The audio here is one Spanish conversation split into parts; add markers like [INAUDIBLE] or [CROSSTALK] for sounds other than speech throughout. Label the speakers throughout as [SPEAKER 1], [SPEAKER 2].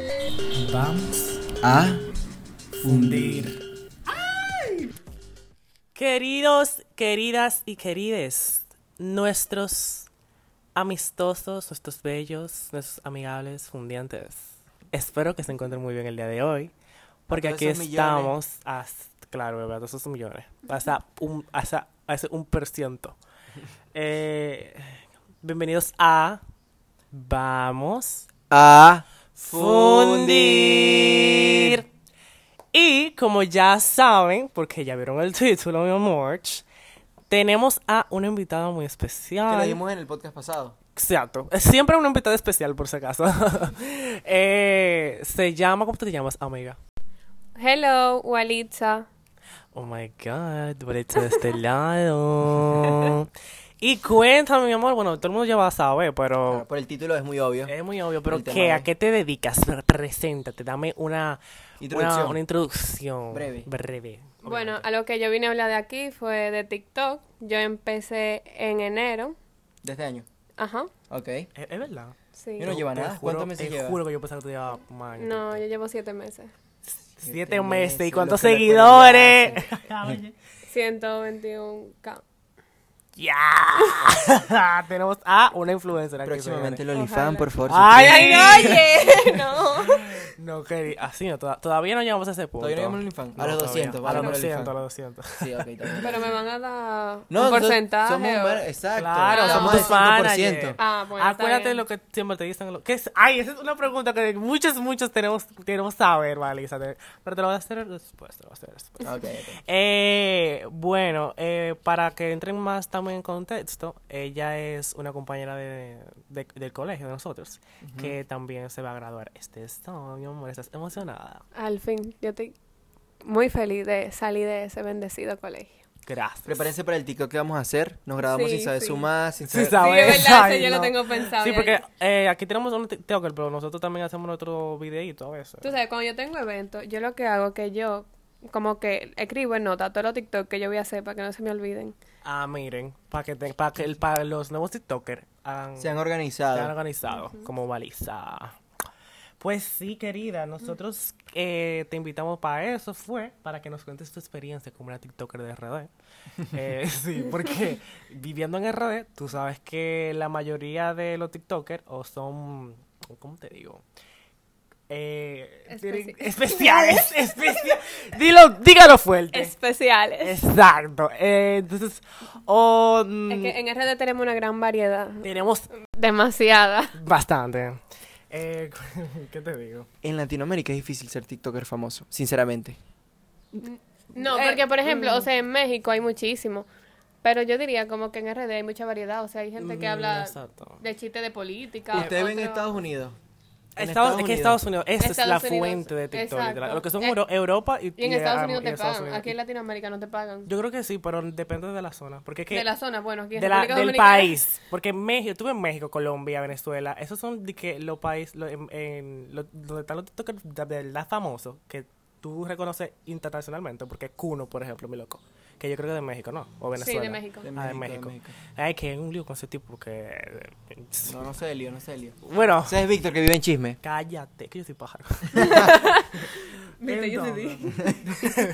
[SPEAKER 1] nos vamos
[SPEAKER 2] Ah,
[SPEAKER 1] a fundir.
[SPEAKER 3] Queridos, queridas y querides, nuestros amistosos, nuestros bellos, nuestros amigables fundiantes. Espero que se encuentren muy bien el día de hoy, porque
[SPEAKER 4] A
[SPEAKER 3] aquí
[SPEAKER 4] todos esos millones.
[SPEAKER 3] estamos, as- claro, bebé, a todos esos millones, hasta un, hasta, hasta un por ciento.
[SPEAKER 4] [LAUGHS]
[SPEAKER 3] Eh, bienvenidos a Vamos
[SPEAKER 2] ah,
[SPEAKER 3] fundir. Y como ya saben, porque ya vieron el título, mi amor, tenemos a una invitada muy
[SPEAKER 4] Que la
[SPEAKER 3] especial.
[SPEAKER 4] vimos en el podcast pasado.
[SPEAKER 3] Exacto. Es Siempre una invitada especial, por si acaso. [LAUGHS] Eh, se llama, ¿cómo te llamas, amiga?
[SPEAKER 5] Hello, Walitza.
[SPEAKER 3] Oh my God, Boleto de este
[SPEAKER 4] [LAUGHS]
[SPEAKER 3] lado. Y cuéntame, mi amor, bueno, todo el mundo ya va a saber, pero
[SPEAKER 4] Ah, Por el título es muy obvio.
[SPEAKER 3] Es muy obvio, pero
[SPEAKER 4] El tema
[SPEAKER 3] ¿qué? ¿A
[SPEAKER 4] de-
[SPEAKER 3] qué te dedicas? Pero Preséntate, dame una
[SPEAKER 4] Introducción.
[SPEAKER 3] Una, una introducción.
[SPEAKER 4] Breve.
[SPEAKER 3] Breve.
[SPEAKER 5] Bueno, a lo que yo vine a hablar de aquí fue de TikTok. Yo empecé en enero.
[SPEAKER 4] De este año.
[SPEAKER 5] Ajá,
[SPEAKER 4] Ok.
[SPEAKER 3] ¿Es, es verdad.
[SPEAKER 5] sí.
[SPEAKER 4] Mira, No yo- lleva
[SPEAKER 3] Te
[SPEAKER 4] nada.
[SPEAKER 3] juro-
[SPEAKER 4] ¿Cuántos meses
[SPEAKER 3] te
[SPEAKER 4] lleva?
[SPEAKER 3] juro que yo pensaba que tú llevabas más años.
[SPEAKER 5] No, yo llevo siete meses.
[SPEAKER 3] Siete meses.
[SPEAKER 4] meses,
[SPEAKER 3] ¿Y cuántos
[SPEAKER 4] lo que le
[SPEAKER 3] seguidores? [LAUGHS]
[SPEAKER 5] 121k.
[SPEAKER 3] ¡Ya! [LAUGHS] Tenemos a una influencer aquí.
[SPEAKER 4] Próximamente
[SPEAKER 3] señores.
[SPEAKER 4] el OnlyFans,
[SPEAKER 5] Ojalá. ah,
[SPEAKER 4] por favor.
[SPEAKER 3] ¡Ay, ay, ay!
[SPEAKER 5] oye! [LAUGHS] no.
[SPEAKER 3] No, que así no, toda- todavía no llegamos a ese punto.
[SPEAKER 4] Todavía no llegamos al OnlyFans. A
[SPEAKER 3] No,
[SPEAKER 4] los
[SPEAKER 3] todavía.
[SPEAKER 4] 200.
[SPEAKER 3] A
[SPEAKER 4] vale,
[SPEAKER 3] los
[SPEAKER 4] por el
[SPEAKER 3] 200, a los
[SPEAKER 4] OnlyFans.
[SPEAKER 3] 200.
[SPEAKER 4] Sí, ok, está bien.
[SPEAKER 5] Pero me van a dar
[SPEAKER 4] No,
[SPEAKER 5] un
[SPEAKER 4] so-
[SPEAKER 5] porcentaje.
[SPEAKER 4] Somos
[SPEAKER 5] o-
[SPEAKER 4] un bar- exacto.
[SPEAKER 3] Claro,
[SPEAKER 4] somos
[SPEAKER 3] somos
[SPEAKER 4] del
[SPEAKER 3] tus fans.
[SPEAKER 4] 5%.
[SPEAKER 5] Ah, bueno, está
[SPEAKER 3] Acuérdate de
[SPEAKER 5] bien.
[SPEAKER 3] lo que siempre te dicen. Lo, que es, ay, esa es una pregunta que muchos, muchos tenemos, tenemos saber, Valisa. te- Pero te lo voy a hacer después. Te lo voy a hacer después.
[SPEAKER 4] Ok, ok.
[SPEAKER 3] Eh, bueno, eh, para que entren más también en contexto, ella es una compañera de, de- del colegio de nosotros, que también se va a graduar este año, mi amor, estás emocionada.
[SPEAKER 5] Al fin, yo estoy muy feliz de salir de ese bendecido colegio.
[SPEAKER 3] Gracias.
[SPEAKER 4] Prepárense para el TikTok que vamos a hacer. Nos grabamos
[SPEAKER 5] Sí,
[SPEAKER 4] sin saber
[SPEAKER 5] sí.
[SPEAKER 4] sumar, sin
[SPEAKER 3] Sí,
[SPEAKER 4] saber.
[SPEAKER 3] sabe.
[SPEAKER 5] Sí, es verdad,
[SPEAKER 3] Ay,
[SPEAKER 5] eso yo
[SPEAKER 3] no.
[SPEAKER 5] lo tengo pensado.
[SPEAKER 3] Sí,
[SPEAKER 5] ya.
[SPEAKER 3] porque eh, aquí tenemos un TikToker, pero nosotros también hacemos nuestro videíto a veces.
[SPEAKER 5] Tú sabes, cuando yo tengo eventos, yo lo que hago es que yo, como que escribo en nota todos los TikTok que yo voy a hacer para que no se me olviden.
[SPEAKER 3] Ah, miren, para que, te- pa' que el- pa' los nuevos TikTokers han,
[SPEAKER 4] Se han
[SPEAKER 3] se han
[SPEAKER 4] organizado.
[SPEAKER 3] organizado como baliza. Pues sí, querida, nosotros eh, te invitamos para eso, fue para que nos cuentes tu experiencia como una TikToker de RD. Eh, sí, porque viviendo en RD, tú sabes que la mayoría de los TikTokers o son, ¿cómo te digo? Eh, tienen-
[SPEAKER 5] Especi-
[SPEAKER 3] especiales, [LAUGHS] especiales. Dilo, dígalo fuerte.
[SPEAKER 5] Especiales.
[SPEAKER 3] Exacto. Eh, entonces, o, mm,
[SPEAKER 5] Es que en RD tenemos una gran variedad.
[SPEAKER 3] tenemos
[SPEAKER 5] Demasiada.
[SPEAKER 3] bastante. Eh, [LAUGHS] ¿Qué te digo?
[SPEAKER 4] En Latinoamérica es difícil ser TikToker famoso, sinceramente.
[SPEAKER 5] No, porque por ejemplo, o sea, en México hay muchísimo. Pero yo diría como que en RD hay mucha variedad. O sea, hay gente que
[SPEAKER 3] Mm,
[SPEAKER 5] habla
[SPEAKER 3] exacto.
[SPEAKER 5] de chiste de política.
[SPEAKER 4] Ustedes ven
[SPEAKER 5] otro-
[SPEAKER 4] Estados Unidos. En
[SPEAKER 3] Estados, es que Estados Unidos, esa es la
[SPEAKER 5] Estados Unidos,
[SPEAKER 3] fuente de TikTok,
[SPEAKER 5] exacto.
[SPEAKER 3] literal. Lo que son
[SPEAKER 5] Eh,
[SPEAKER 3] Euro- Europa y,
[SPEAKER 5] Y en
[SPEAKER 3] y,
[SPEAKER 5] Estados
[SPEAKER 3] um,
[SPEAKER 5] Unidos
[SPEAKER 3] y
[SPEAKER 5] te
[SPEAKER 3] Estados
[SPEAKER 5] pagan.
[SPEAKER 3] Unidos.
[SPEAKER 5] Aquí en Latinoamérica no te pagan.
[SPEAKER 3] Yo creo que sí, pero depende de la zona. Porque es que
[SPEAKER 5] de la zona, bueno, aquí en
[SPEAKER 3] de la-
[SPEAKER 5] República
[SPEAKER 3] del
[SPEAKER 5] Dominicana. [LAUGHS]
[SPEAKER 3] país. Porque México, estuve en México, Colombia, Venezuela. Esos son de que los países en, en- lo- donde están los TikTokers de verdad famosos que tú reconoces internacionalmente. Porque Cuno, por ejemplo, mi loco. Que yo creo que de México, ¿no? O Venezuela.
[SPEAKER 5] Sí, de México.
[SPEAKER 4] De
[SPEAKER 3] Ah, de
[SPEAKER 4] México,
[SPEAKER 3] México.
[SPEAKER 4] de
[SPEAKER 3] Ay, que es un lío con ese tipo que...
[SPEAKER 4] No, no sé de lío, no sé de lío.
[SPEAKER 3] Bueno,
[SPEAKER 4] Ese es Víctor que vive en Chisme.
[SPEAKER 3] cállate, que yo soy pájaro.
[SPEAKER 5] [LAUGHS] Viste, yo te dije.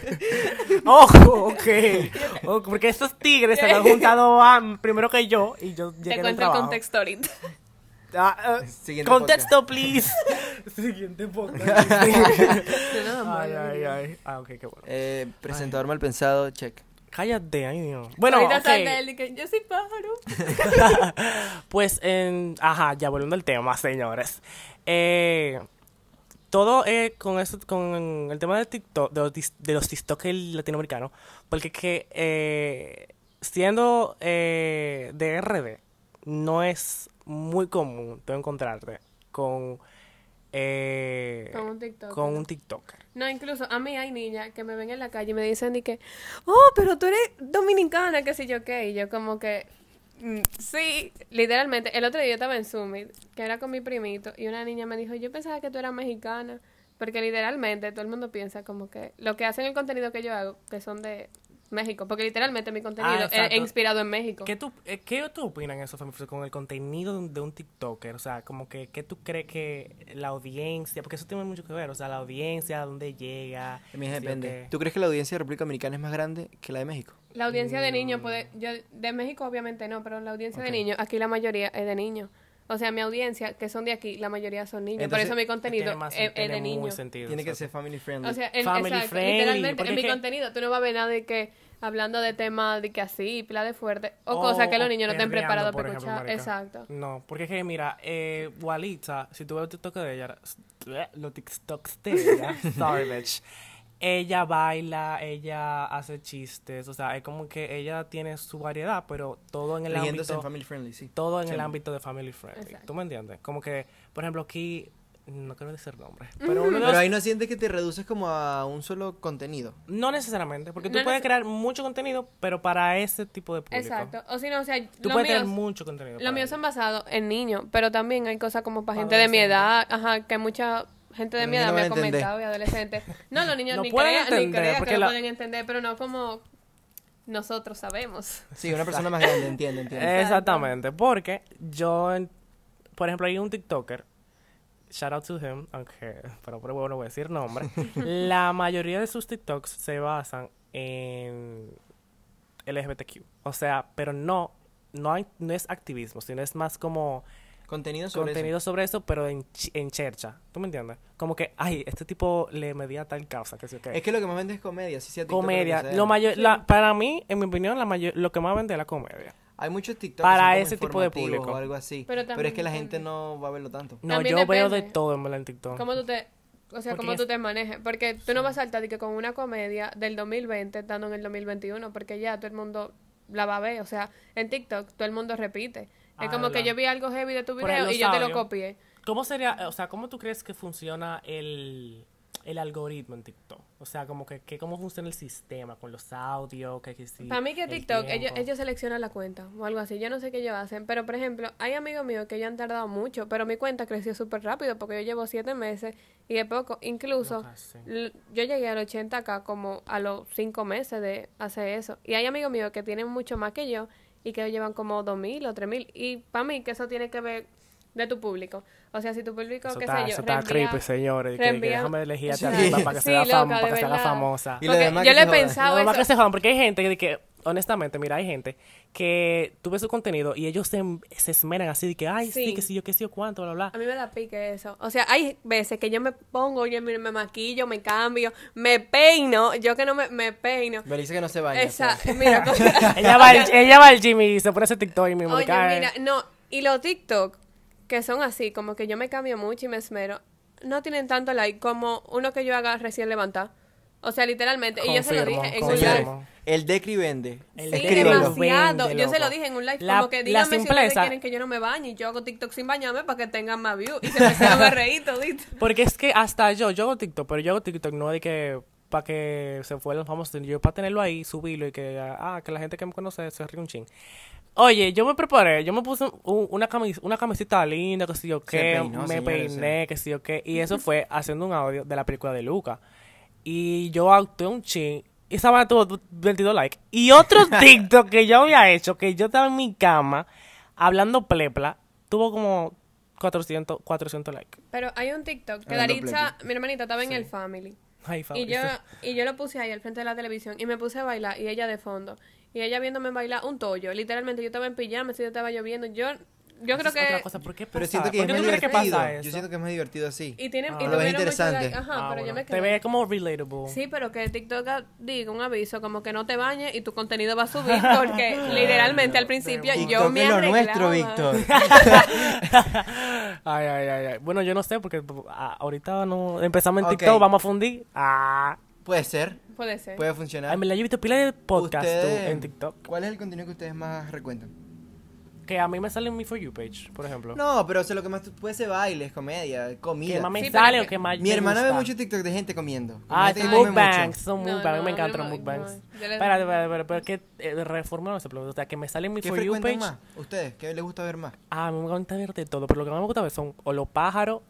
[SPEAKER 3] [LAUGHS] Ojo, ok. Ojo, porque estos tigres se
[SPEAKER 5] [LAUGHS]
[SPEAKER 3] han juntado a- primero que yo y yo llegué
[SPEAKER 5] Te
[SPEAKER 3] al
[SPEAKER 5] cuento el
[SPEAKER 3] trabajo.
[SPEAKER 5] contexto ahorita.
[SPEAKER 3] Ah, eh,
[SPEAKER 4] Siguiente
[SPEAKER 3] contexto, please. [LAUGHS] Siguiente [LAUGHS] podcast. ay, ay, ay. Ah, ok, qué bueno.
[SPEAKER 4] Eh, presentador mal pensado, check.
[SPEAKER 3] Cállate, ay, Dios. Bueno,
[SPEAKER 5] ahorita
[SPEAKER 3] ok.
[SPEAKER 5] sale él y que yo soy pájaro.
[SPEAKER 3] Pues, en, ajá, ya volviendo al tema, señores. Eh, todo eh, con eso, con el tema de TikTok, de los, dis- de los TikTokers latinoamericanos, porque es que eh, siendo eh, de RD, no es muy común tú encontrarte con, eh,
[SPEAKER 5] Con un TikToker.
[SPEAKER 3] con un TikToker.
[SPEAKER 5] No, incluso a mí hay niñas que me ven en la calle y me dicen de que, oh, pero tú eres dominicana, qué sé yo qué. Y yo como que, "Mm, sí, literalmente. El otro día yo estaba en Summit, que era con mi primito, y una niña me dijo, yo pensaba que tú eras mexicana. Porque literalmente todo el mundo piensa como que lo que hacen el contenido que yo hago, que son de México, porque literalmente mi contenido
[SPEAKER 3] Ah,
[SPEAKER 5] es
[SPEAKER 3] exacto.
[SPEAKER 5] inspirado en México.
[SPEAKER 3] ¿Qué tú, eh, ¿Qué tú opinas en eso, Femi, con el contenido de un- de un TikToker? O sea, como que, ¿qué tú crees que la audiencia, porque eso tiene mucho que ver, o sea, la audiencia, a dónde llega?
[SPEAKER 4] También
[SPEAKER 3] sí o
[SPEAKER 4] Eh, depende.
[SPEAKER 3] qué.
[SPEAKER 4] ¿Tú crees que la audiencia de República Dominicana es más grande que la de México?
[SPEAKER 5] La audiencia de niños puede,
[SPEAKER 3] Mm.
[SPEAKER 5] yo de México obviamente no, pero la audiencia
[SPEAKER 4] Ok.
[SPEAKER 5] de niños, aquí la mayoría es de niños. O sea, mi audiencia, que son de aquí, la mayoría son niños.
[SPEAKER 4] Entonces,
[SPEAKER 5] Por eso mi
[SPEAKER 3] Tiene
[SPEAKER 5] contenido
[SPEAKER 3] más-
[SPEAKER 5] es, es
[SPEAKER 3] Este tiene
[SPEAKER 5] de
[SPEAKER 3] muy
[SPEAKER 5] niños.
[SPEAKER 3] sentido,
[SPEAKER 4] Tiene que
[SPEAKER 3] exacto.
[SPEAKER 4] ser family friendly.
[SPEAKER 5] O sea, en,
[SPEAKER 3] Family
[SPEAKER 5] exacto,
[SPEAKER 3] friendly,
[SPEAKER 5] literalmente,
[SPEAKER 3] porque
[SPEAKER 5] en mi
[SPEAKER 3] es que-
[SPEAKER 5] contenido tú no vas a ver nada de que hablando de temas de que así, pila de fuerte, o,
[SPEAKER 3] O-
[SPEAKER 5] cosas que
[SPEAKER 3] o
[SPEAKER 5] los niños no estén
[SPEAKER 3] perreando,
[SPEAKER 5] preparados
[SPEAKER 3] por
[SPEAKER 5] para
[SPEAKER 3] ejemplo,
[SPEAKER 5] escuchar.
[SPEAKER 3] marica.
[SPEAKER 5] Exacto.
[SPEAKER 3] No, porque es que, mira, eh, Walitza, si tú ves el TikTok de ella, [LAUGHS] los TikToks de
[SPEAKER 4] [LAUGHS]
[SPEAKER 3] ella, sorry, bitch. Ella baila, ella hace chistes, o sea, es como que ella tiene su variedad, pero todo en el
[SPEAKER 4] Riéndose en
[SPEAKER 3] ámbito,
[SPEAKER 4] family friendly, sí.
[SPEAKER 3] todo en el
[SPEAKER 4] Siempre.
[SPEAKER 3] ámbito de family friendly.
[SPEAKER 5] Exacto.
[SPEAKER 3] ¿Tú me entiendes? Como que, por ejemplo, aquí, no quiero decir nombre, pero uno de
[SPEAKER 4] Pero
[SPEAKER 3] los-
[SPEAKER 4] ahí no sientes que te reduces como a un solo contenido.
[SPEAKER 3] no necesariamente, porque tú
[SPEAKER 5] No
[SPEAKER 3] puedes
[SPEAKER 5] neces-
[SPEAKER 3] crear mucho contenido, pero para ese tipo de público.
[SPEAKER 5] Exacto. O si no, o sea,
[SPEAKER 3] Tú
[SPEAKER 5] los
[SPEAKER 3] puedes crear
[SPEAKER 5] míos-
[SPEAKER 3] mucho contenido. para
[SPEAKER 5] Los míos
[SPEAKER 3] ello.
[SPEAKER 5] son basados en niños, pero también hay cosas como para gente de mi
[SPEAKER 3] Adolescentes.
[SPEAKER 5] edad, ajá, que mucha gente de
[SPEAKER 4] Los
[SPEAKER 5] mi
[SPEAKER 4] niños
[SPEAKER 5] edad
[SPEAKER 4] no
[SPEAKER 5] me
[SPEAKER 4] van
[SPEAKER 5] ha
[SPEAKER 4] a entender.
[SPEAKER 5] comentado y adolescentes. No, los
[SPEAKER 3] [LAUGHS]
[SPEAKER 5] niños
[SPEAKER 3] No
[SPEAKER 5] ni
[SPEAKER 3] pueden
[SPEAKER 5] crean, ni
[SPEAKER 3] entender,
[SPEAKER 5] crean
[SPEAKER 3] porque
[SPEAKER 5] que lo
[SPEAKER 3] la-
[SPEAKER 5] pueden entender, pero no como nosotros sabemos.
[SPEAKER 4] Sí, una persona más grande, entiendo, entiendo.
[SPEAKER 3] Exactamente, porque yo, en- por ejemplo, hay un TikToker, shout out to him, aunque para por huevo no voy a decir [LAUGHS] nombre, la mayoría de sus TikToks se basan en LGBTQ, o sea, pero no, no, hay- no es activismo, sino es más como
[SPEAKER 4] Contenido sobre
[SPEAKER 3] contenido sobre eso, pero en, ch- en chercha, ¿tú me entiendes? Como que, ay, este tipo le medía tal causa, que sé yo qué.
[SPEAKER 4] eso. Es que lo que más vende es comedia, sí, sí. a TikTok
[SPEAKER 3] comedia,
[SPEAKER 4] le gusta.
[SPEAKER 3] lo mayor, la- para mí, en mi opinión, la mayor, lo que más vende es la comedia.
[SPEAKER 4] Hay muchos TikTok
[SPEAKER 3] Para ese tipo de público.
[SPEAKER 4] o algo así.
[SPEAKER 5] Pero
[SPEAKER 4] Pero,
[SPEAKER 5] también
[SPEAKER 4] es que la gente
[SPEAKER 5] depende.
[SPEAKER 4] no va a verlo tanto.
[SPEAKER 3] No,
[SPEAKER 5] También
[SPEAKER 3] yo veo de
[SPEAKER 5] depende.
[SPEAKER 3] todo en verdad en TikTok.
[SPEAKER 5] ¿Cómo tú te, o sea,
[SPEAKER 3] Porque
[SPEAKER 5] cómo tú
[SPEAKER 3] es-
[SPEAKER 5] te manejes? Porque tú no vas a saltar de que con una comedia del 2020 estando en el 2021, porque ya todo el mundo la va a ver, o sea, en TikTok todo el mundo repite.
[SPEAKER 3] Ah,
[SPEAKER 5] es como
[SPEAKER 3] verdad.
[SPEAKER 5] que yo vi algo heavy de tu
[SPEAKER 3] Por ahí
[SPEAKER 5] video
[SPEAKER 3] los
[SPEAKER 5] y yo te lo
[SPEAKER 3] audios.
[SPEAKER 5] copié.
[SPEAKER 3] ¿Cómo sería, eh, o sea, cómo tú crees que funciona el, el algoritmo en TikTok? O sea, como que, que cómo funciona el sistema con los audios, que, que sí,
[SPEAKER 5] Para mí que
[SPEAKER 3] el
[SPEAKER 5] TikTok, ellos,
[SPEAKER 3] tiempo.
[SPEAKER 5] ellos seleccionan la cuenta o algo así. Yo no sé qué ellos hacen, pero por ejemplo, hay amigos míos que ya han tardado mucho, pero mi cuenta creció súper rápido porque yo llevo siete meses y de poco. Incluso
[SPEAKER 3] No, casi.
[SPEAKER 5] l- yo llegué al 80K como a los cinco meses de hacer eso. Y hay amigos míos que tienen mucho más que yo y que llevan como dos mil o tres mil. Y para mí que eso tiene que ver de tu público. O sea, si tu público,
[SPEAKER 3] Eso
[SPEAKER 5] qué
[SPEAKER 3] está,
[SPEAKER 5] sé yo,
[SPEAKER 3] eso está
[SPEAKER 5] reenvía-
[SPEAKER 3] creepy, señores. que- que
[SPEAKER 5] reenvía-
[SPEAKER 3] déjame elegir a
[SPEAKER 5] Sí.
[SPEAKER 3] esta tipa para que
[SPEAKER 5] Sí,
[SPEAKER 3] sea fam-
[SPEAKER 5] loca, de
[SPEAKER 3] para que sea la
[SPEAKER 5] verdad.
[SPEAKER 3] famosa.
[SPEAKER 4] Y lo
[SPEAKER 5] Porque
[SPEAKER 4] demás
[SPEAKER 5] yo
[SPEAKER 4] que
[SPEAKER 5] le he
[SPEAKER 4] se joda.
[SPEAKER 5] pensado
[SPEAKER 3] No, más que
[SPEAKER 5] eso.
[SPEAKER 3] se jodan, porque hay gente que, que, honestamente, mira, hay gente que tú ves su contenido y ellos se, se esmeran así de que, ay, sí,
[SPEAKER 5] Sí.
[SPEAKER 3] que sí, yo, que sí, yo, cuánto, bla, bla.
[SPEAKER 5] A mí me da pique eso. O sea, hay veces que yo me pongo, yo me, me maquillo, me cambio, me peino. Yo que no me, me peino.
[SPEAKER 4] Me dice que no se baña.
[SPEAKER 5] Esa,
[SPEAKER 3] pues. [LAUGHS]
[SPEAKER 4] pero-
[SPEAKER 5] mira, con-
[SPEAKER 3] ella, va al, ella va al gym y se pone ese TikTok y mismo.
[SPEAKER 5] [LAUGHS] Oye,
[SPEAKER 3] cae.
[SPEAKER 5] mira, no. Y los TikTok, que son así, como que yo me cambio mucho y me esmero, no tienen tanto like como uno que yo haga recién levantar. O sea, literalmente. y yo se lo
[SPEAKER 3] Confirmo,
[SPEAKER 5] dije en un
[SPEAKER 3] confirmo.
[SPEAKER 5] live.
[SPEAKER 4] Señores,
[SPEAKER 3] Confirmo.
[SPEAKER 4] el decri vende.
[SPEAKER 3] El
[SPEAKER 5] Sí,
[SPEAKER 4] Escríbelo.
[SPEAKER 5] demasiado.
[SPEAKER 3] Vende,
[SPEAKER 5] yo se lo
[SPEAKER 3] loco.
[SPEAKER 5] dije en un live,
[SPEAKER 3] La-
[SPEAKER 5] como que
[SPEAKER 3] la
[SPEAKER 5] díganme si ustedes
[SPEAKER 3] simpleza-
[SPEAKER 5] quieren que yo no me bañe y yo hago TikTok sin bañarme para que tengan más views. Y se me sale un reír todito.
[SPEAKER 3] Porque es que hasta yo, yo hago TikTok, pero yo hago TikTok no de que para que se fueran famosos, sino yo para tenerlo ahí, subirlo y que, ah, que la gente que me conoce se ríe un ching. Oye, yo me preparé, yo me puse un- una, camis- una camisita linda, que sé yo qué,
[SPEAKER 4] peinó,
[SPEAKER 3] me
[SPEAKER 4] señores, eh.
[SPEAKER 3] peiné, que sé yo qué, y
[SPEAKER 4] [LAUGHS]
[SPEAKER 3] eso fue haciendo un audio de la película de Luca. Y yo actué un ching, y esa vaina tuvo 22 likes. Y
[SPEAKER 4] [LAUGHS]
[SPEAKER 3] otro TikTok que yo había hecho, que yo estaba en mi cama, hablando plepla, tuvo como 400, 400 likes.
[SPEAKER 5] Pero hay un TikTok que
[SPEAKER 4] Hablando
[SPEAKER 5] Daritza, mi hermanita, estaba en el Family.
[SPEAKER 3] Ay, [LAUGHS]
[SPEAKER 5] Y yo, y yo lo puse ahí al frente de la televisión y me puse a bailar y ella de fondo. Y ella viéndome bailar un tollo. Literalmente yo estaba en pijama, si yo estaba lloviendo. Yo, yo creo
[SPEAKER 3] Eso es
[SPEAKER 5] que...
[SPEAKER 3] otra cosa, ¿por qué
[SPEAKER 4] Pero
[SPEAKER 3] pasa?
[SPEAKER 4] siento que
[SPEAKER 3] ¿Por
[SPEAKER 4] es
[SPEAKER 3] qué tú
[SPEAKER 4] más
[SPEAKER 3] crees que
[SPEAKER 4] divertido.
[SPEAKER 3] pasa eso?
[SPEAKER 4] Yo siento que es más divertido así.
[SPEAKER 5] Y tiene...
[SPEAKER 3] Ah.
[SPEAKER 5] y
[SPEAKER 3] Lo
[SPEAKER 5] tuvieron
[SPEAKER 4] ves
[SPEAKER 5] mucho
[SPEAKER 4] interesante.
[SPEAKER 5] like. Ajá,
[SPEAKER 3] Ah,
[SPEAKER 5] pero yo
[SPEAKER 3] bueno.
[SPEAKER 5] me
[SPEAKER 3] Te ve
[SPEAKER 5] quedé...
[SPEAKER 3] como relatable.
[SPEAKER 5] Sí, pero que TikTok ah, diga un aviso como que no te bañes y tu contenido va a subir porque literalmente al principio yo
[SPEAKER 4] TikTok
[SPEAKER 5] me
[SPEAKER 4] es lo
[SPEAKER 5] arreglaba.
[SPEAKER 4] nuestro,
[SPEAKER 3] [LAUGHS]
[SPEAKER 4] Víctor.
[SPEAKER 5] [LAUGHS]
[SPEAKER 3] Ay, ay, ay, ay. Bueno, yo no sé porque ah, ahorita no empezamos en
[SPEAKER 4] Ok.
[SPEAKER 3] TikTok, vamos a fundir. Ah,
[SPEAKER 4] Puede ser,
[SPEAKER 5] Puede ser.
[SPEAKER 4] puede
[SPEAKER 3] ay,
[SPEAKER 4] funcionar.
[SPEAKER 3] me la he visto pila de podcast tú,
[SPEAKER 4] Ustedes-
[SPEAKER 3] en TikTok
[SPEAKER 4] ¿Cuál es el contenido que ustedes más recuentan?
[SPEAKER 3] que a mí me sale en mi for you page, por ejemplo.
[SPEAKER 4] No, pero o sea, lo que más tú- puede ser bailes, comedia,
[SPEAKER 3] que
[SPEAKER 4] comida.
[SPEAKER 3] más me
[SPEAKER 5] Sí, pero
[SPEAKER 3] sale
[SPEAKER 5] que-
[SPEAKER 3] o que más
[SPEAKER 4] Mi
[SPEAKER 3] me
[SPEAKER 4] hermana ve
[SPEAKER 3] gusta.
[SPEAKER 4] mucho TikTok de gente comiendo. Como
[SPEAKER 3] Ah,
[SPEAKER 4] gente
[SPEAKER 3] son
[SPEAKER 4] que come
[SPEAKER 3] mukbangs,
[SPEAKER 4] mucho.
[SPEAKER 3] son
[SPEAKER 5] No,
[SPEAKER 3] mukbangs, a mí
[SPEAKER 5] no,
[SPEAKER 3] me
[SPEAKER 5] no,
[SPEAKER 3] encantan los
[SPEAKER 5] no,
[SPEAKER 3] mukbangs.
[SPEAKER 5] no, yo le-
[SPEAKER 3] Espérate, espérate, espérate, pero es que eh, reformularon esa pregunta, o sea, que me sale en mi
[SPEAKER 4] ¿Qué
[SPEAKER 3] for you
[SPEAKER 4] frecuentan
[SPEAKER 3] page.
[SPEAKER 4] más? ¿Ustedes? ¿Qué les gusta ver más?
[SPEAKER 3] Ah, a mí me gusta ver de todo, pero lo que más me gusta ver son o los pájaros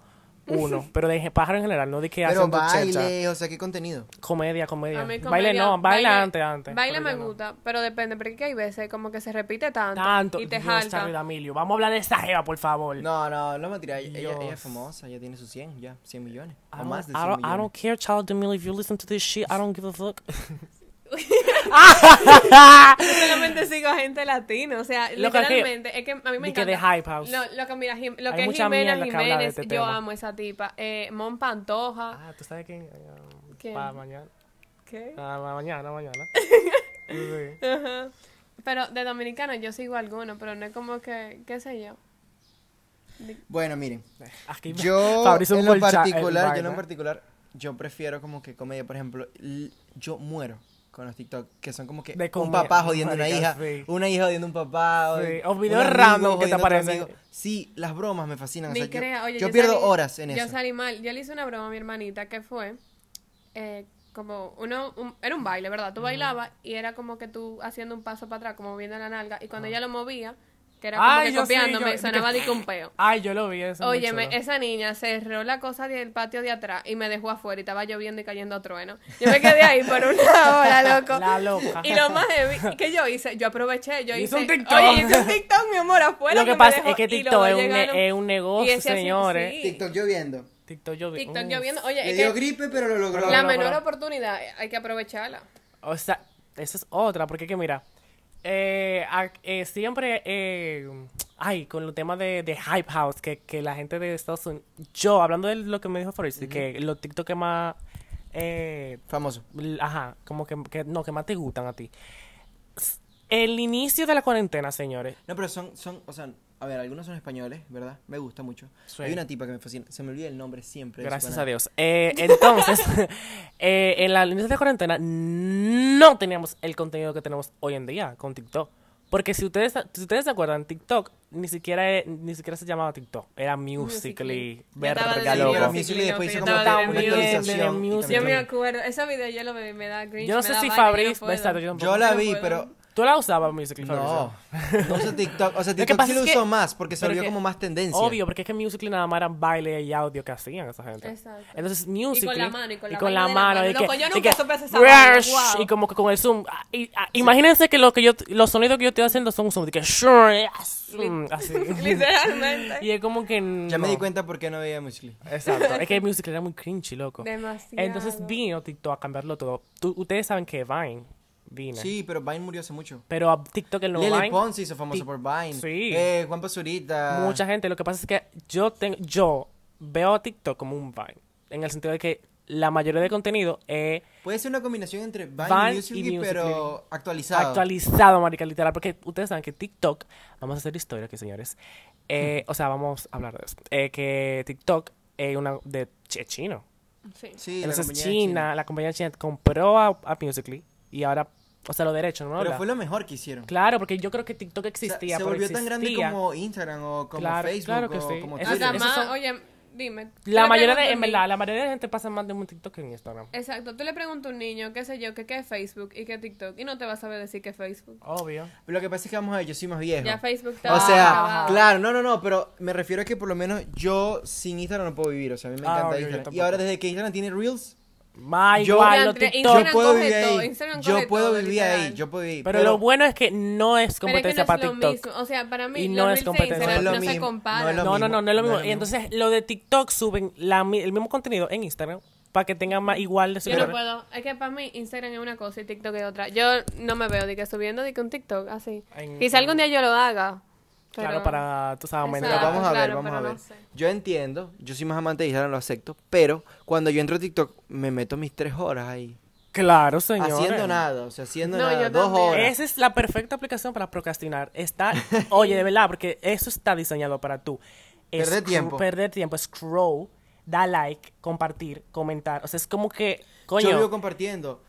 [SPEAKER 5] [LAUGHS]
[SPEAKER 3] uno, pero de pájaro en general, no de que
[SPEAKER 4] Pero
[SPEAKER 3] hacen bachata.
[SPEAKER 4] baile, o sea, ¿qué contenido?
[SPEAKER 3] Comedia, comedia.
[SPEAKER 5] A mí
[SPEAKER 3] baile
[SPEAKER 5] comedia-
[SPEAKER 3] no, baile, antes, antes.
[SPEAKER 5] Baile
[SPEAKER 3] pero
[SPEAKER 5] me
[SPEAKER 3] ya no.
[SPEAKER 5] gusta, pero depende, porque es que hay veces como que se repite tanto,
[SPEAKER 3] Tanto.
[SPEAKER 5] y te
[SPEAKER 3] Dios, Charlie
[SPEAKER 5] jalta.
[SPEAKER 3] D'Amelio, Vamos a hablar de esa jeva, por favor.
[SPEAKER 4] No, no, no me tiré. Ella,
[SPEAKER 3] Dios.
[SPEAKER 4] ella es famosa, ella tiene sus 100, ya, 100
[SPEAKER 3] I
[SPEAKER 4] millones. O
[SPEAKER 3] don't-
[SPEAKER 4] más de
[SPEAKER 3] I
[SPEAKER 4] 100
[SPEAKER 3] don't- I
[SPEAKER 4] millones.
[SPEAKER 3] don't care, Charlie D'Amelio. If you listen to this shit, I don't give a fuck.
[SPEAKER 5] Yo solamente sigo a gente latina, o sea,
[SPEAKER 3] Lo que aquí-
[SPEAKER 5] literalmente, es que a mí me
[SPEAKER 3] de que
[SPEAKER 5] encanta.
[SPEAKER 3] de Hype House.
[SPEAKER 5] No, lo que mira, Jim- lo
[SPEAKER 3] Hay
[SPEAKER 5] que es
[SPEAKER 3] mucha
[SPEAKER 5] Jimena
[SPEAKER 3] mierda que habla de
[SPEAKER 5] Jiménez,
[SPEAKER 3] este
[SPEAKER 5] yo
[SPEAKER 3] tema.
[SPEAKER 5] amo esa tipa. Eh, Mon Pantoja.
[SPEAKER 3] Ah, ¿tú sabes quién?
[SPEAKER 5] ¿Quién?
[SPEAKER 3] Para mañana.
[SPEAKER 5] ¿Qué?
[SPEAKER 3] Ah, ma- mañana,
[SPEAKER 5] [LAUGHS]
[SPEAKER 3] mañana. Sí.
[SPEAKER 5] Ajá. Pero de dominicanos yo sigo alguno, pero no es como que, qué sé yo.
[SPEAKER 4] Bueno, miren.
[SPEAKER 3] Aquí
[SPEAKER 4] Yo
[SPEAKER 3] Fabrizio
[SPEAKER 4] en lo
[SPEAKER 3] Bolcha- el
[SPEAKER 4] particular, yo en
[SPEAKER 3] vaina.
[SPEAKER 4] lo particular, yo prefiero como que comedia, por ejemplo, l- yo muero con los TikTok, que son como que
[SPEAKER 3] De
[SPEAKER 4] un
[SPEAKER 3] comedia,
[SPEAKER 4] papá jodiendo a una
[SPEAKER 3] marica,
[SPEAKER 4] hija,
[SPEAKER 3] sí.
[SPEAKER 4] una hija jodiendo a un papá,
[SPEAKER 3] Sí,
[SPEAKER 4] o
[SPEAKER 3] o
[SPEAKER 4] un
[SPEAKER 3] videos
[SPEAKER 4] amigo
[SPEAKER 3] random que te
[SPEAKER 4] jodiendo a otro
[SPEAKER 3] aparecen.
[SPEAKER 4] amigo. Sí, las bromas me fascinan, o
[SPEAKER 5] Ni
[SPEAKER 4] sea, yo-
[SPEAKER 5] crea, oye,
[SPEAKER 4] yo, pierdo
[SPEAKER 5] salí-
[SPEAKER 4] horas en
[SPEAKER 5] Yo
[SPEAKER 4] eso.
[SPEAKER 5] salí mal. Yo le hice una broma a mi hermanita que fue eh, como uno, un- era un baile, ¿verdad? Tú bailabas y era como que tú haciendo un paso para atrás, como moviendo la nalga, y cuando ella lo movía, que era como
[SPEAKER 3] Ah. Ay,
[SPEAKER 5] que
[SPEAKER 3] yo sí,
[SPEAKER 5] copiándome,
[SPEAKER 3] yo-
[SPEAKER 5] sonaba de que un peo.
[SPEAKER 3] Ay, yo lo vi eso. es muy
[SPEAKER 5] Óyeme,
[SPEAKER 3] chulo.
[SPEAKER 5] esa niña cerró la cosa del patio de atrás y me dejó afuera y estaba lloviendo y cayendo trueno. Yo me quedé ahí
[SPEAKER 3] [LAUGHS]
[SPEAKER 5] por una hora, loco.
[SPEAKER 3] La loca.
[SPEAKER 5] Y lo más heavy que yo hice, yo aproveché, yo
[SPEAKER 3] Hizo
[SPEAKER 5] hice
[SPEAKER 3] un TikTok.
[SPEAKER 5] Oye, hice un TikTok, mi amor, afuera.
[SPEAKER 3] Lo que
[SPEAKER 5] me
[SPEAKER 3] pasa
[SPEAKER 5] dejó
[SPEAKER 3] es que
[SPEAKER 5] y
[SPEAKER 3] TikTok
[SPEAKER 5] luego
[SPEAKER 3] es un
[SPEAKER 5] llegaron-
[SPEAKER 3] ne- es un negocio,
[SPEAKER 5] y ese así,
[SPEAKER 3] señores.
[SPEAKER 5] sí.
[SPEAKER 4] TikTok lloviendo.
[SPEAKER 3] TikTok yo vi.
[SPEAKER 5] TikTok
[SPEAKER 3] Mm.
[SPEAKER 5] lloviendo. Oye,
[SPEAKER 4] Le
[SPEAKER 5] es
[SPEAKER 4] dio
[SPEAKER 5] que
[SPEAKER 4] gripe, pero lo logró.
[SPEAKER 5] la
[SPEAKER 3] Pero-
[SPEAKER 5] menor
[SPEAKER 3] pero-
[SPEAKER 5] oportunidad eh, hay que aprovecharla.
[SPEAKER 3] O sea, esa es otra, porque es que mira, eh, a- eh, siempre, eh, ay, con el tema de, de Hype House, que, que la gente de Estados Unidos, yo, hablando de lo que me dijo Forrest, que los TikTok que más, eh,
[SPEAKER 4] Famoso.
[SPEAKER 3] l- ajá, como que, que- no, que más te gustan a ti. S- El inicio de la cuarentena, señores.
[SPEAKER 4] No, pero son, son, o sea, a ver, algunos son españoles, ¿verdad? Me gusta mucho.
[SPEAKER 3] Sí.
[SPEAKER 4] Hay una tipa que me fascina, se me olvida el nombre siempre. de su
[SPEAKER 3] Gracias
[SPEAKER 4] canal.
[SPEAKER 3] a Dios. Eh, entonces, [LAUGHS] eh, en la inicio de la cuarentena no teníamos el contenido que tenemos hoy en día con TikTok. Porque si ustedes, si ustedes se acuerdan, TikTok ni siquiera, eh, ni siquiera se llamaba Tiktok. Era Musical.ly.
[SPEAKER 5] Musically. Ya estaba
[SPEAKER 3] Verga,
[SPEAKER 4] Sí,
[SPEAKER 5] desde
[SPEAKER 4] era
[SPEAKER 3] loco.
[SPEAKER 5] Musical.ly.
[SPEAKER 4] Musical.ly, después hizo
[SPEAKER 5] Yo
[SPEAKER 4] como
[SPEAKER 5] estaba
[SPEAKER 4] una
[SPEAKER 5] de
[SPEAKER 4] actualización.
[SPEAKER 3] Musical.ly.
[SPEAKER 4] y
[SPEAKER 3] Yo
[SPEAKER 5] Yo
[SPEAKER 4] también-
[SPEAKER 5] me acuerdo, ese video yo lo me, me da cringe.
[SPEAKER 3] Yo no
[SPEAKER 5] me
[SPEAKER 3] sé
[SPEAKER 5] da
[SPEAKER 3] si
[SPEAKER 5] vaina,
[SPEAKER 3] Fabriz...
[SPEAKER 5] no puedo.
[SPEAKER 3] exacto, yo tampoco.
[SPEAKER 4] Yo la
[SPEAKER 5] No
[SPEAKER 4] vi,
[SPEAKER 5] puedo.
[SPEAKER 4] pero
[SPEAKER 3] ¿Tú la usabas Musical.ly, Fabriz?
[SPEAKER 4] No, no uso TikTok. [LAUGHS] O sea,
[SPEAKER 3] que
[SPEAKER 4] TikTok
[SPEAKER 3] pasa
[SPEAKER 4] sí lo
[SPEAKER 3] es que-
[SPEAKER 4] usó más porque se
[SPEAKER 3] pero
[SPEAKER 4] volvió
[SPEAKER 3] que-
[SPEAKER 4] como más tendencia.
[SPEAKER 3] Obvio, porque es que Musical.ly nada más eran baile y audio que hacían esa gente.
[SPEAKER 5] Exacto.
[SPEAKER 3] Entonces
[SPEAKER 5] la
[SPEAKER 3] Musical.ly...
[SPEAKER 5] mano, y con la
[SPEAKER 3] con
[SPEAKER 5] vaina
[SPEAKER 3] la mano. y
[SPEAKER 5] de la mano. Loco,
[SPEAKER 3] que-
[SPEAKER 5] yo
[SPEAKER 3] y
[SPEAKER 5] nunca
[SPEAKER 3] que
[SPEAKER 5] supe esa vaina,
[SPEAKER 3] rush,
[SPEAKER 5] guau.
[SPEAKER 3] Y como que con el zoom. ah, y, ah, Imagínense que lo que yo... Los sonidos que yo estoy haciendo son un zoom. de que... sure, zoom, Así.
[SPEAKER 5] [LAUGHS] Literalmente.
[SPEAKER 3] [LAUGHS] y es como que...
[SPEAKER 4] Ya me
[SPEAKER 3] no.
[SPEAKER 4] di cuenta por qué no veía Musical.ly.
[SPEAKER 5] [LAUGHS]
[SPEAKER 3] Exacto. Es que Musical.ly era muy cringy, loco.
[SPEAKER 5] Demasiado.
[SPEAKER 3] Entonces vino TikTok a cambiarlo todo. Tú- ustedes saben que Vine vino.
[SPEAKER 4] Sí, pero Vine murió hace mucho.
[SPEAKER 3] Pero a TikTok el nuevo
[SPEAKER 4] Lele
[SPEAKER 3] Vine.
[SPEAKER 4] Pons se hizo famoso
[SPEAKER 3] Tic-
[SPEAKER 4] por Vine.
[SPEAKER 3] Sí.
[SPEAKER 4] Eh, Juan Pazurita.
[SPEAKER 3] Mucha gente, lo que pasa es que yo tengo, yo veo a TikTok como un Vine, en el sentido de que la mayoría de contenido es
[SPEAKER 4] Puede ser una combinación entre Vine,
[SPEAKER 3] Vine
[SPEAKER 4] y
[SPEAKER 3] y Musical.ly.
[SPEAKER 4] Musical.ly, pero actualizado.
[SPEAKER 3] actualizado, marica, literal, porque ustedes saben que TikTok, vamos a hacer historia aquí, señores, Eh, o sea, vamos a hablar de eso, Eh, que TikTok es una de es chino,
[SPEAKER 5] Sí.
[SPEAKER 4] Sí, la
[SPEAKER 3] entonces
[SPEAKER 4] compañía de
[SPEAKER 3] China, la compañía china compró a, a Musical.ly y ahora, o sea, los derechos, ¿no?
[SPEAKER 4] Pero
[SPEAKER 3] La-
[SPEAKER 4] fue lo mejor que hicieron.
[SPEAKER 3] Claro, porque yo creo que TikTok
[SPEAKER 4] O sea,
[SPEAKER 3] existía,
[SPEAKER 4] se
[SPEAKER 3] pero
[SPEAKER 4] volvió tan grande
[SPEAKER 3] existía.
[SPEAKER 4] como Instagram o como
[SPEAKER 3] Claro,
[SPEAKER 4] Facebook
[SPEAKER 3] claro que
[SPEAKER 4] o
[SPEAKER 3] sí.
[SPEAKER 4] como
[SPEAKER 3] Eso-
[SPEAKER 4] Twitter.
[SPEAKER 5] Hasta
[SPEAKER 3] esos
[SPEAKER 5] más,
[SPEAKER 3] son-
[SPEAKER 5] oye, dime. tú
[SPEAKER 3] La
[SPEAKER 5] le
[SPEAKER 3] mayoría
[SPEAKER 5] preguntas a
[SPEAKER 3] de,
[SPEAKER 5] un
[SPEAKER 3] en
[SPEAKER 5] niño-
[SPEAKER 3] verdad, la mayoría de gente pasa más de un TikTok que en Instagram.
[SPEAKER 5] Exacto, tú le preguntas a un niño, qué sé yo, que qué es Facebook y qué TikTok, y no te va a saber decir qué es Facebook.
[SPEAKER 3] Obvio.
[SPEAKER 4] Lo que pasa es que vamos a ver, yo soy más viejo.
[SPEAKER 5] Ya Facebook está
[SPEAKER 4] O sea,
[SPEAKER 5] acabado.
[SPEAKER 4] claro, no, no, no, pero me refiero a que por lo menos yo sin Instagram no puedo vivir, o sea, a mí me
[SPEAKER 3] Ah,
[SPEAKER 4] encanta
[SPEAKER 3] obvio, yo
[SPEAKER 4] Instagram. Y
[SPEAKER 3] tampoco.
[SPEAKER 4] ahora desde que Instagram tiene Reels,
[SPEAKER 3] Ma,
[SPEAKER 4] Yo-
[SPEAKER 3] igual, los
[SPEAKER 5] Andrea,
[SPEAKER 3] TikTok.
[SPEAKER 4] yo
[SPEAKER 5] Instagram
[SPEAKER 4] puedo
[SPEAKER 5] coge
[SPEAKER 4] vivir
[SPEAKER 5] todo,
[SPEAKER 4] ahí.
[SPEAKER 5] Instagram coge
[SPEAKER 4] Yo puedo
[SPEAKER 5] todo,
[SPEAKER 4] vivir
[SPEAKER 5] literal.
[SPEAKER 4] ahí, yo puedo vivir.
[SPEAKER 3] Pero, lo bueno es que no es
[SPEAKER 5] Pero es que
[SPEAKER 3] competencia
[SPEAKER 5] no es
[SPEAKER 3] para
[SPEAKER 5] lo
[SPEAKER 3] TikTok.
[SPEAKER 5] mismo. O sea, para mí
[SPEAKER 3] Y
[SPEAKER 5] los
[SPEAKER 3] no es
[SPEAKER 5] reels de
[SPEAKER 3] competencia.
[SPEAKER 5] Instagram
[SPEAKER 4] No es
[SPEAKER 5] no,
[SPEAKER 4] lo
[SPEAKER 5] se
[SPEAKER 4] mismo,
[SPEAKER 5] compara.
[SPEAKER 4] no es lo
[SPEAKER 3] No, no,
[SPEAKER 4] mismo,
[SPEAKER 3] no, no es lo
[SPEAKER 4] no es
[SPEAKER 3] mismo.
[SPEAKER 4] lo
[SPEAKER 3] Y entonces lo de TikTok suben la mi- el mismo contenido en Instagram para que tengan más igual de
[SPEAKER 5] Yo no
[SPEAKER 3] seguidores.
[SPEAKER 5] puedo. Es que para mí Instagram es una cosa y TikTok es otra. Yo no me veo de que subiendo de que un TikTok así.
[SPEAKER 3] En-
[SPEAKER 5] Quizá algún día yo lo haga. pero-
[SPEAKER 3] Claro, para, tú sabes,
[SPEAKER 5] Exacto.
[SPEAKER 4] Pero
[SPEAKER 3] aumentar.
[SPEAKER 4] vamos a ver,
[SPEAKER 5] claro,
[SPEAKER 4] vamos
[SPEAKER 5] pero
[SPEAKER 4] a ver.
[SPEAKER 5] no sé.
[SPEAKER 4] Yo entiendo, yo soy más amante de Instagram, lo acepto, pero cuando yo entro a TikTok me meto mis tres horas ahí.
[SPEAKER 3] Claro, señor.
[SPEAKER 4] Haciendo nada, o sea, haciendo
[SPEAKER 5] No,
[SPEAKER 4] nada,
[SPEAKER 5] yo
[SPEAKER 4] dos
[SPEAKER 5] también.
[SPEAKER 4] horas.
[SPEAKER 3] Esa es la perfecta aplicación para procrastinar. Está, oye, de verdad, porque eso está diseñado para tú.
[SPEAKER 4] Perder
[SPEAKER 3] Scro-
[SPEAKER 4] tiempo.
[SPEAKER 3] Perder tiempo, scroll, da like, compartir, comentar. O sea, es como que, coño,
[SPEAKER 4] Yo vivo compartiendo.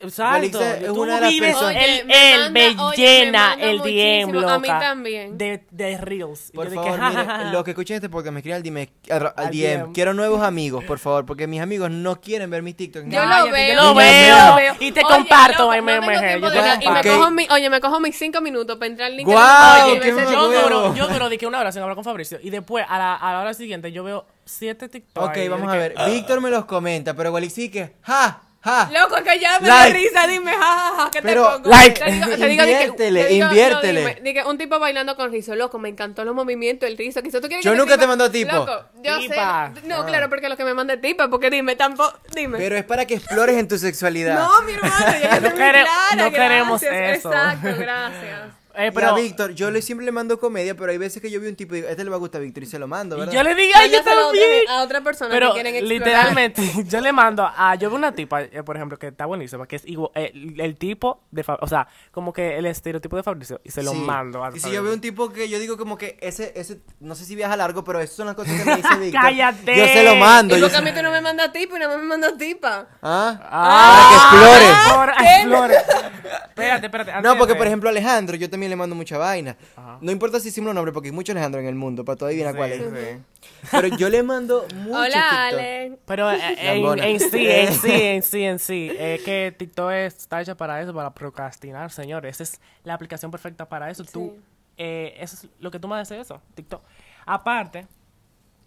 [SPEAKER 3] exacto.
[SPEAKER 4] Yolixa es
[SPEAKER 3] tú
[SPEAKER 4] una de las
[SPEAKER 3] vives
[SPEAKER 4] personas-
[SPEAKER 5] Oye,
[SPEAKER 3] el,
[SPEAKER 5] me
[SPEAKER 3] el
[SPEAKER 5] manda-
[SPEAKER 3] me
[SPEAKER 5] oye, me
[SPEAKER 3] llena
[SPEAKER 5] manda
[SPEAKER 3] el DM,
[SPEAKER 5] muchísimo.
[SPEAKER 3] loca.
[SPEAKER 5] A mí también.
[SPEAKER 3] De, de Reels. Y
[SPEAKER 4] Por
[SPEAKER 3] yo de que,
[SPEAKER 4] favor,
[SPEAKER 3] ja,
[SPEAKER 4] mire,
[SPEAKER 3] [LAUGHS] ja, ja.
[SPEAKER 4] los que escuchen este podcast me escriban al, DM, al- al
[SPEAKER 3] Al
[SPEAKER 4] DM.
[SPEAKER 3] DM.
[SPEAKER 4] Quiero nuevos amigos, por favor, porque mis amigos no quieren ver mis TikTok.
[SPEAKER 5] Yo
[SPEAKER 3] Cállate,
[SPEAKER 5] lo veo.
[SPEAKER 3] yo lo
[SPEAKER 5] yo
[SPEAKER 3] veo.
[SPEAKER 5] lo veo.
[SPEAKER 3] Y te comparto,
[SPEAKER 5] loco,
[SPEAKER 3] ay, me-
[SPEAKER 5] tengo
[SPEAKER 3] me-
[SPEAKER 5] tiempo
[SPEAKER 3] yo
[SPEAKER 5] de
[SPEAKER 4] te
[SPEAKER 5] nada. Y me
[SPEAKER 4] comparto.
[SPEAKER 5] cojo mi, oye, me cojo mis cinco minutos para entrar al link.
[SPEAKER 4] Guau,
[SPEAKER 5] de-
[SPEAKER 4] qué
[SPEAKER 5] Oye,
[SPEAKER 4] mamá
[SPEAKER 5] yo-
[SPEAKER 3] yo
[SPEAKER 4] huevo.
[SPEAKER 3] duro, yo duro de que una hora sin hablar con Fabricio. Y después, a la, a la hora siguiente, yo veo siete TikTok.
[SPEAKER 4] Ok, vamos a
[SPEAKER 3] Ah.
[SPEAKER 4] ver. Víctor me los comenta, pero igual y sí que. ¡Ja! ¡Ja!
[SPEAKER 5] Loco, que ya me da
[SPEAKER 4] Like.
[SPEAKER 5] risa, dime, jajaja, ja, ja, ¿qué
[SPEAKER 4] Pero,
[SPEAKER 5] te pongo?
[SPEAKER 4] like.
[SPEAKER 5] Te digo- te digo, dije,
[SPEAKER 4] Inviértele,
[SPEAKER 5] te digo, no,
[SPEAKER 4] inviértele.
[SPEAKER 5] dime, dije, un tipo bailando con rizo, loco, me encantó los movimientos, el rizo, quizás tú quieres
[SPEAKER 4] Yo
[SPEAKER 5] que
[SPEAKER 4] nunca te
[SPEAKER 5] escriba-
[SPEAKER 4] mando tipo. Ah.
[SPEAKER 5] Loco, yo
[SPEAKER 3] Tipa.
[SPEAKER 5] sé, no, claro, porque lo que me mande tipa, porque dime, tampoco, dime.
[SPEAKER 4] Pero es para que explores en tu sexualidad.
[SPEAKER 5] no,
[SPEAKER 3] [LAUGHS]
[SPEAKER 5] mi hermano, ya yo
[SPEAKER 3] No
[SPEAKER 5] soy muy
[SPEAKER 3] quere-
[SPEAKER 5] clara,
[SPEAKER 3] no queremos
[SPEAKER 5] gracias,
[SPEAKER 3] eso.
[SPEAKER 5] Exacto, gracias.
[SPEAKER 3] Eh,
[SPEAKER 4] Mira,
[SPEAKER 3] pero
[SPEAKER 4] Víctor, yo le siempre le mando comedia, pero hay veces que yo veo un tipo y digo, este le va a gustar a Víctor y se lo mando,
[SPEAKER 3] y
[SPEAKER 4] ¿verdad?
[SPEAKER 3] yo le digo, "Ay, yo
[SPEAKER 5] Mándaselo a otra-
[SPEAKER 3] también.
[SPEAKER 5] A otra persona que
[SPEAKER 3] Pero
[SPEAKER 5] quieren explorar.
[SPEAKER 3] literalmente, [LAUGHS] yo le mando a. Yo veo una tipa, eh, por ejemplo, que está buenísima, que es igual, el, el tipo de. Fa- O sea, como que el estereotipo de Fabricio, y se lo
[SPEAKER 4] Sí.
[SPEAKER 3] mando a.
[SPEAKER 4] Y si yo veo un tipo que yo digo como que ese, ese, no sé si viaja largo, pero esas son las cosas que me
[SPEAKER 3] [LAUGHS]
[SPEAKER 4] dice Víctor.
[SPEAKER 3] ¡Cállate!
[SPEAKER 4] Yo se lo mando.
[SPEAKER 5] Y
[SPEAKER 4] Yo
[SPEAKER 5] porque
[SPEAKER 4] se-
[SPEAKER 5] a mí tú no me mandas tipa y no me mandas tipa.
[SPEAKER 4] ¿Ah?
[SPEAKER 3] ¡Ah!
[SPEAKER 4] Para que explores.
[SPEAKER 5] ¿qué?
[SPEAKER 3] explores! espérate, espérate. antes
[SPEAKER 4] No, porque
[SPEAKER 3] de-
[SPEAKER 4] por ejemplo Alejandro, yo también le mando mucha vaina. No importa si hicimos los nombres, porque hay mucho Alejandro en el mundo, para todavía adivinar cuál
[SPEAKER 3] Sí,
[SPEAKER 4] es.
[SPEAKER 3] sí.
[SPEAKER 4] Pero yo le mando mucho
[SPEAKER 5] Hola,
[SPEAKER 4] TikTok.
[SPEAKER 5] Ale.
[SPEAKER 3] Pero eh,
[SPEAKER 4] [LAUGHS]
[SPEAKER 3] eh, en,
[SPEAKER 4] Lambona.
[SPEAKER 3] en sí, en sí,
[SPEAKER 4] [LAUGHS]
[SPEAKER 3] en sí, en sí. Es que TikTok está hecha para eso, para procrastinar, señores. Esa es la aplicación perfecta para eso. Tú, eh, eso es lo que tú más deseas, eso, TikTok. Aparte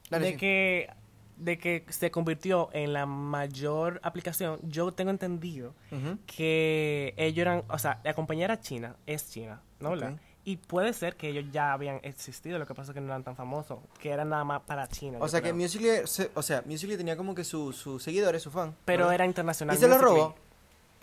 [SPEAKER 4] Dale,
[SPEAKER 3] de
[SPEAKER 4] sí.
[SPEAKER 3] que de que se convirtió en la mayor aplicación, yo tengo entendido
[SPEAKER 4] Ujú.
[SPEAKER 3] que ellos eran, o sea, la compañía era china, es china, ¿no? ¿Verdad?
[SPEAKER 4] Ok.
[SPEAKER 3] Y puede ser que ellos ya habían existido, lo que pasa es que no eran tan famosos, que eran nada más para China.
[SPEAKER 4] O
[SPEAKER 3] yo
[SPEAKER 4] sea que
[SPEAKER 3] creo.
[SPEAKER 4] Musical.ly, se- o sea, Musical.ly tenía como que su- sus seguidores, su fan.
[SPEAKER 3] pero
[SPEAKER 4] ¿verdad?
[SPEAKER 3] era internacional.
[SPEAKER 4] Ah. ¿Y se lo
[SPEAKER 3] Musical.ly.
[SPEAKER 4] robó?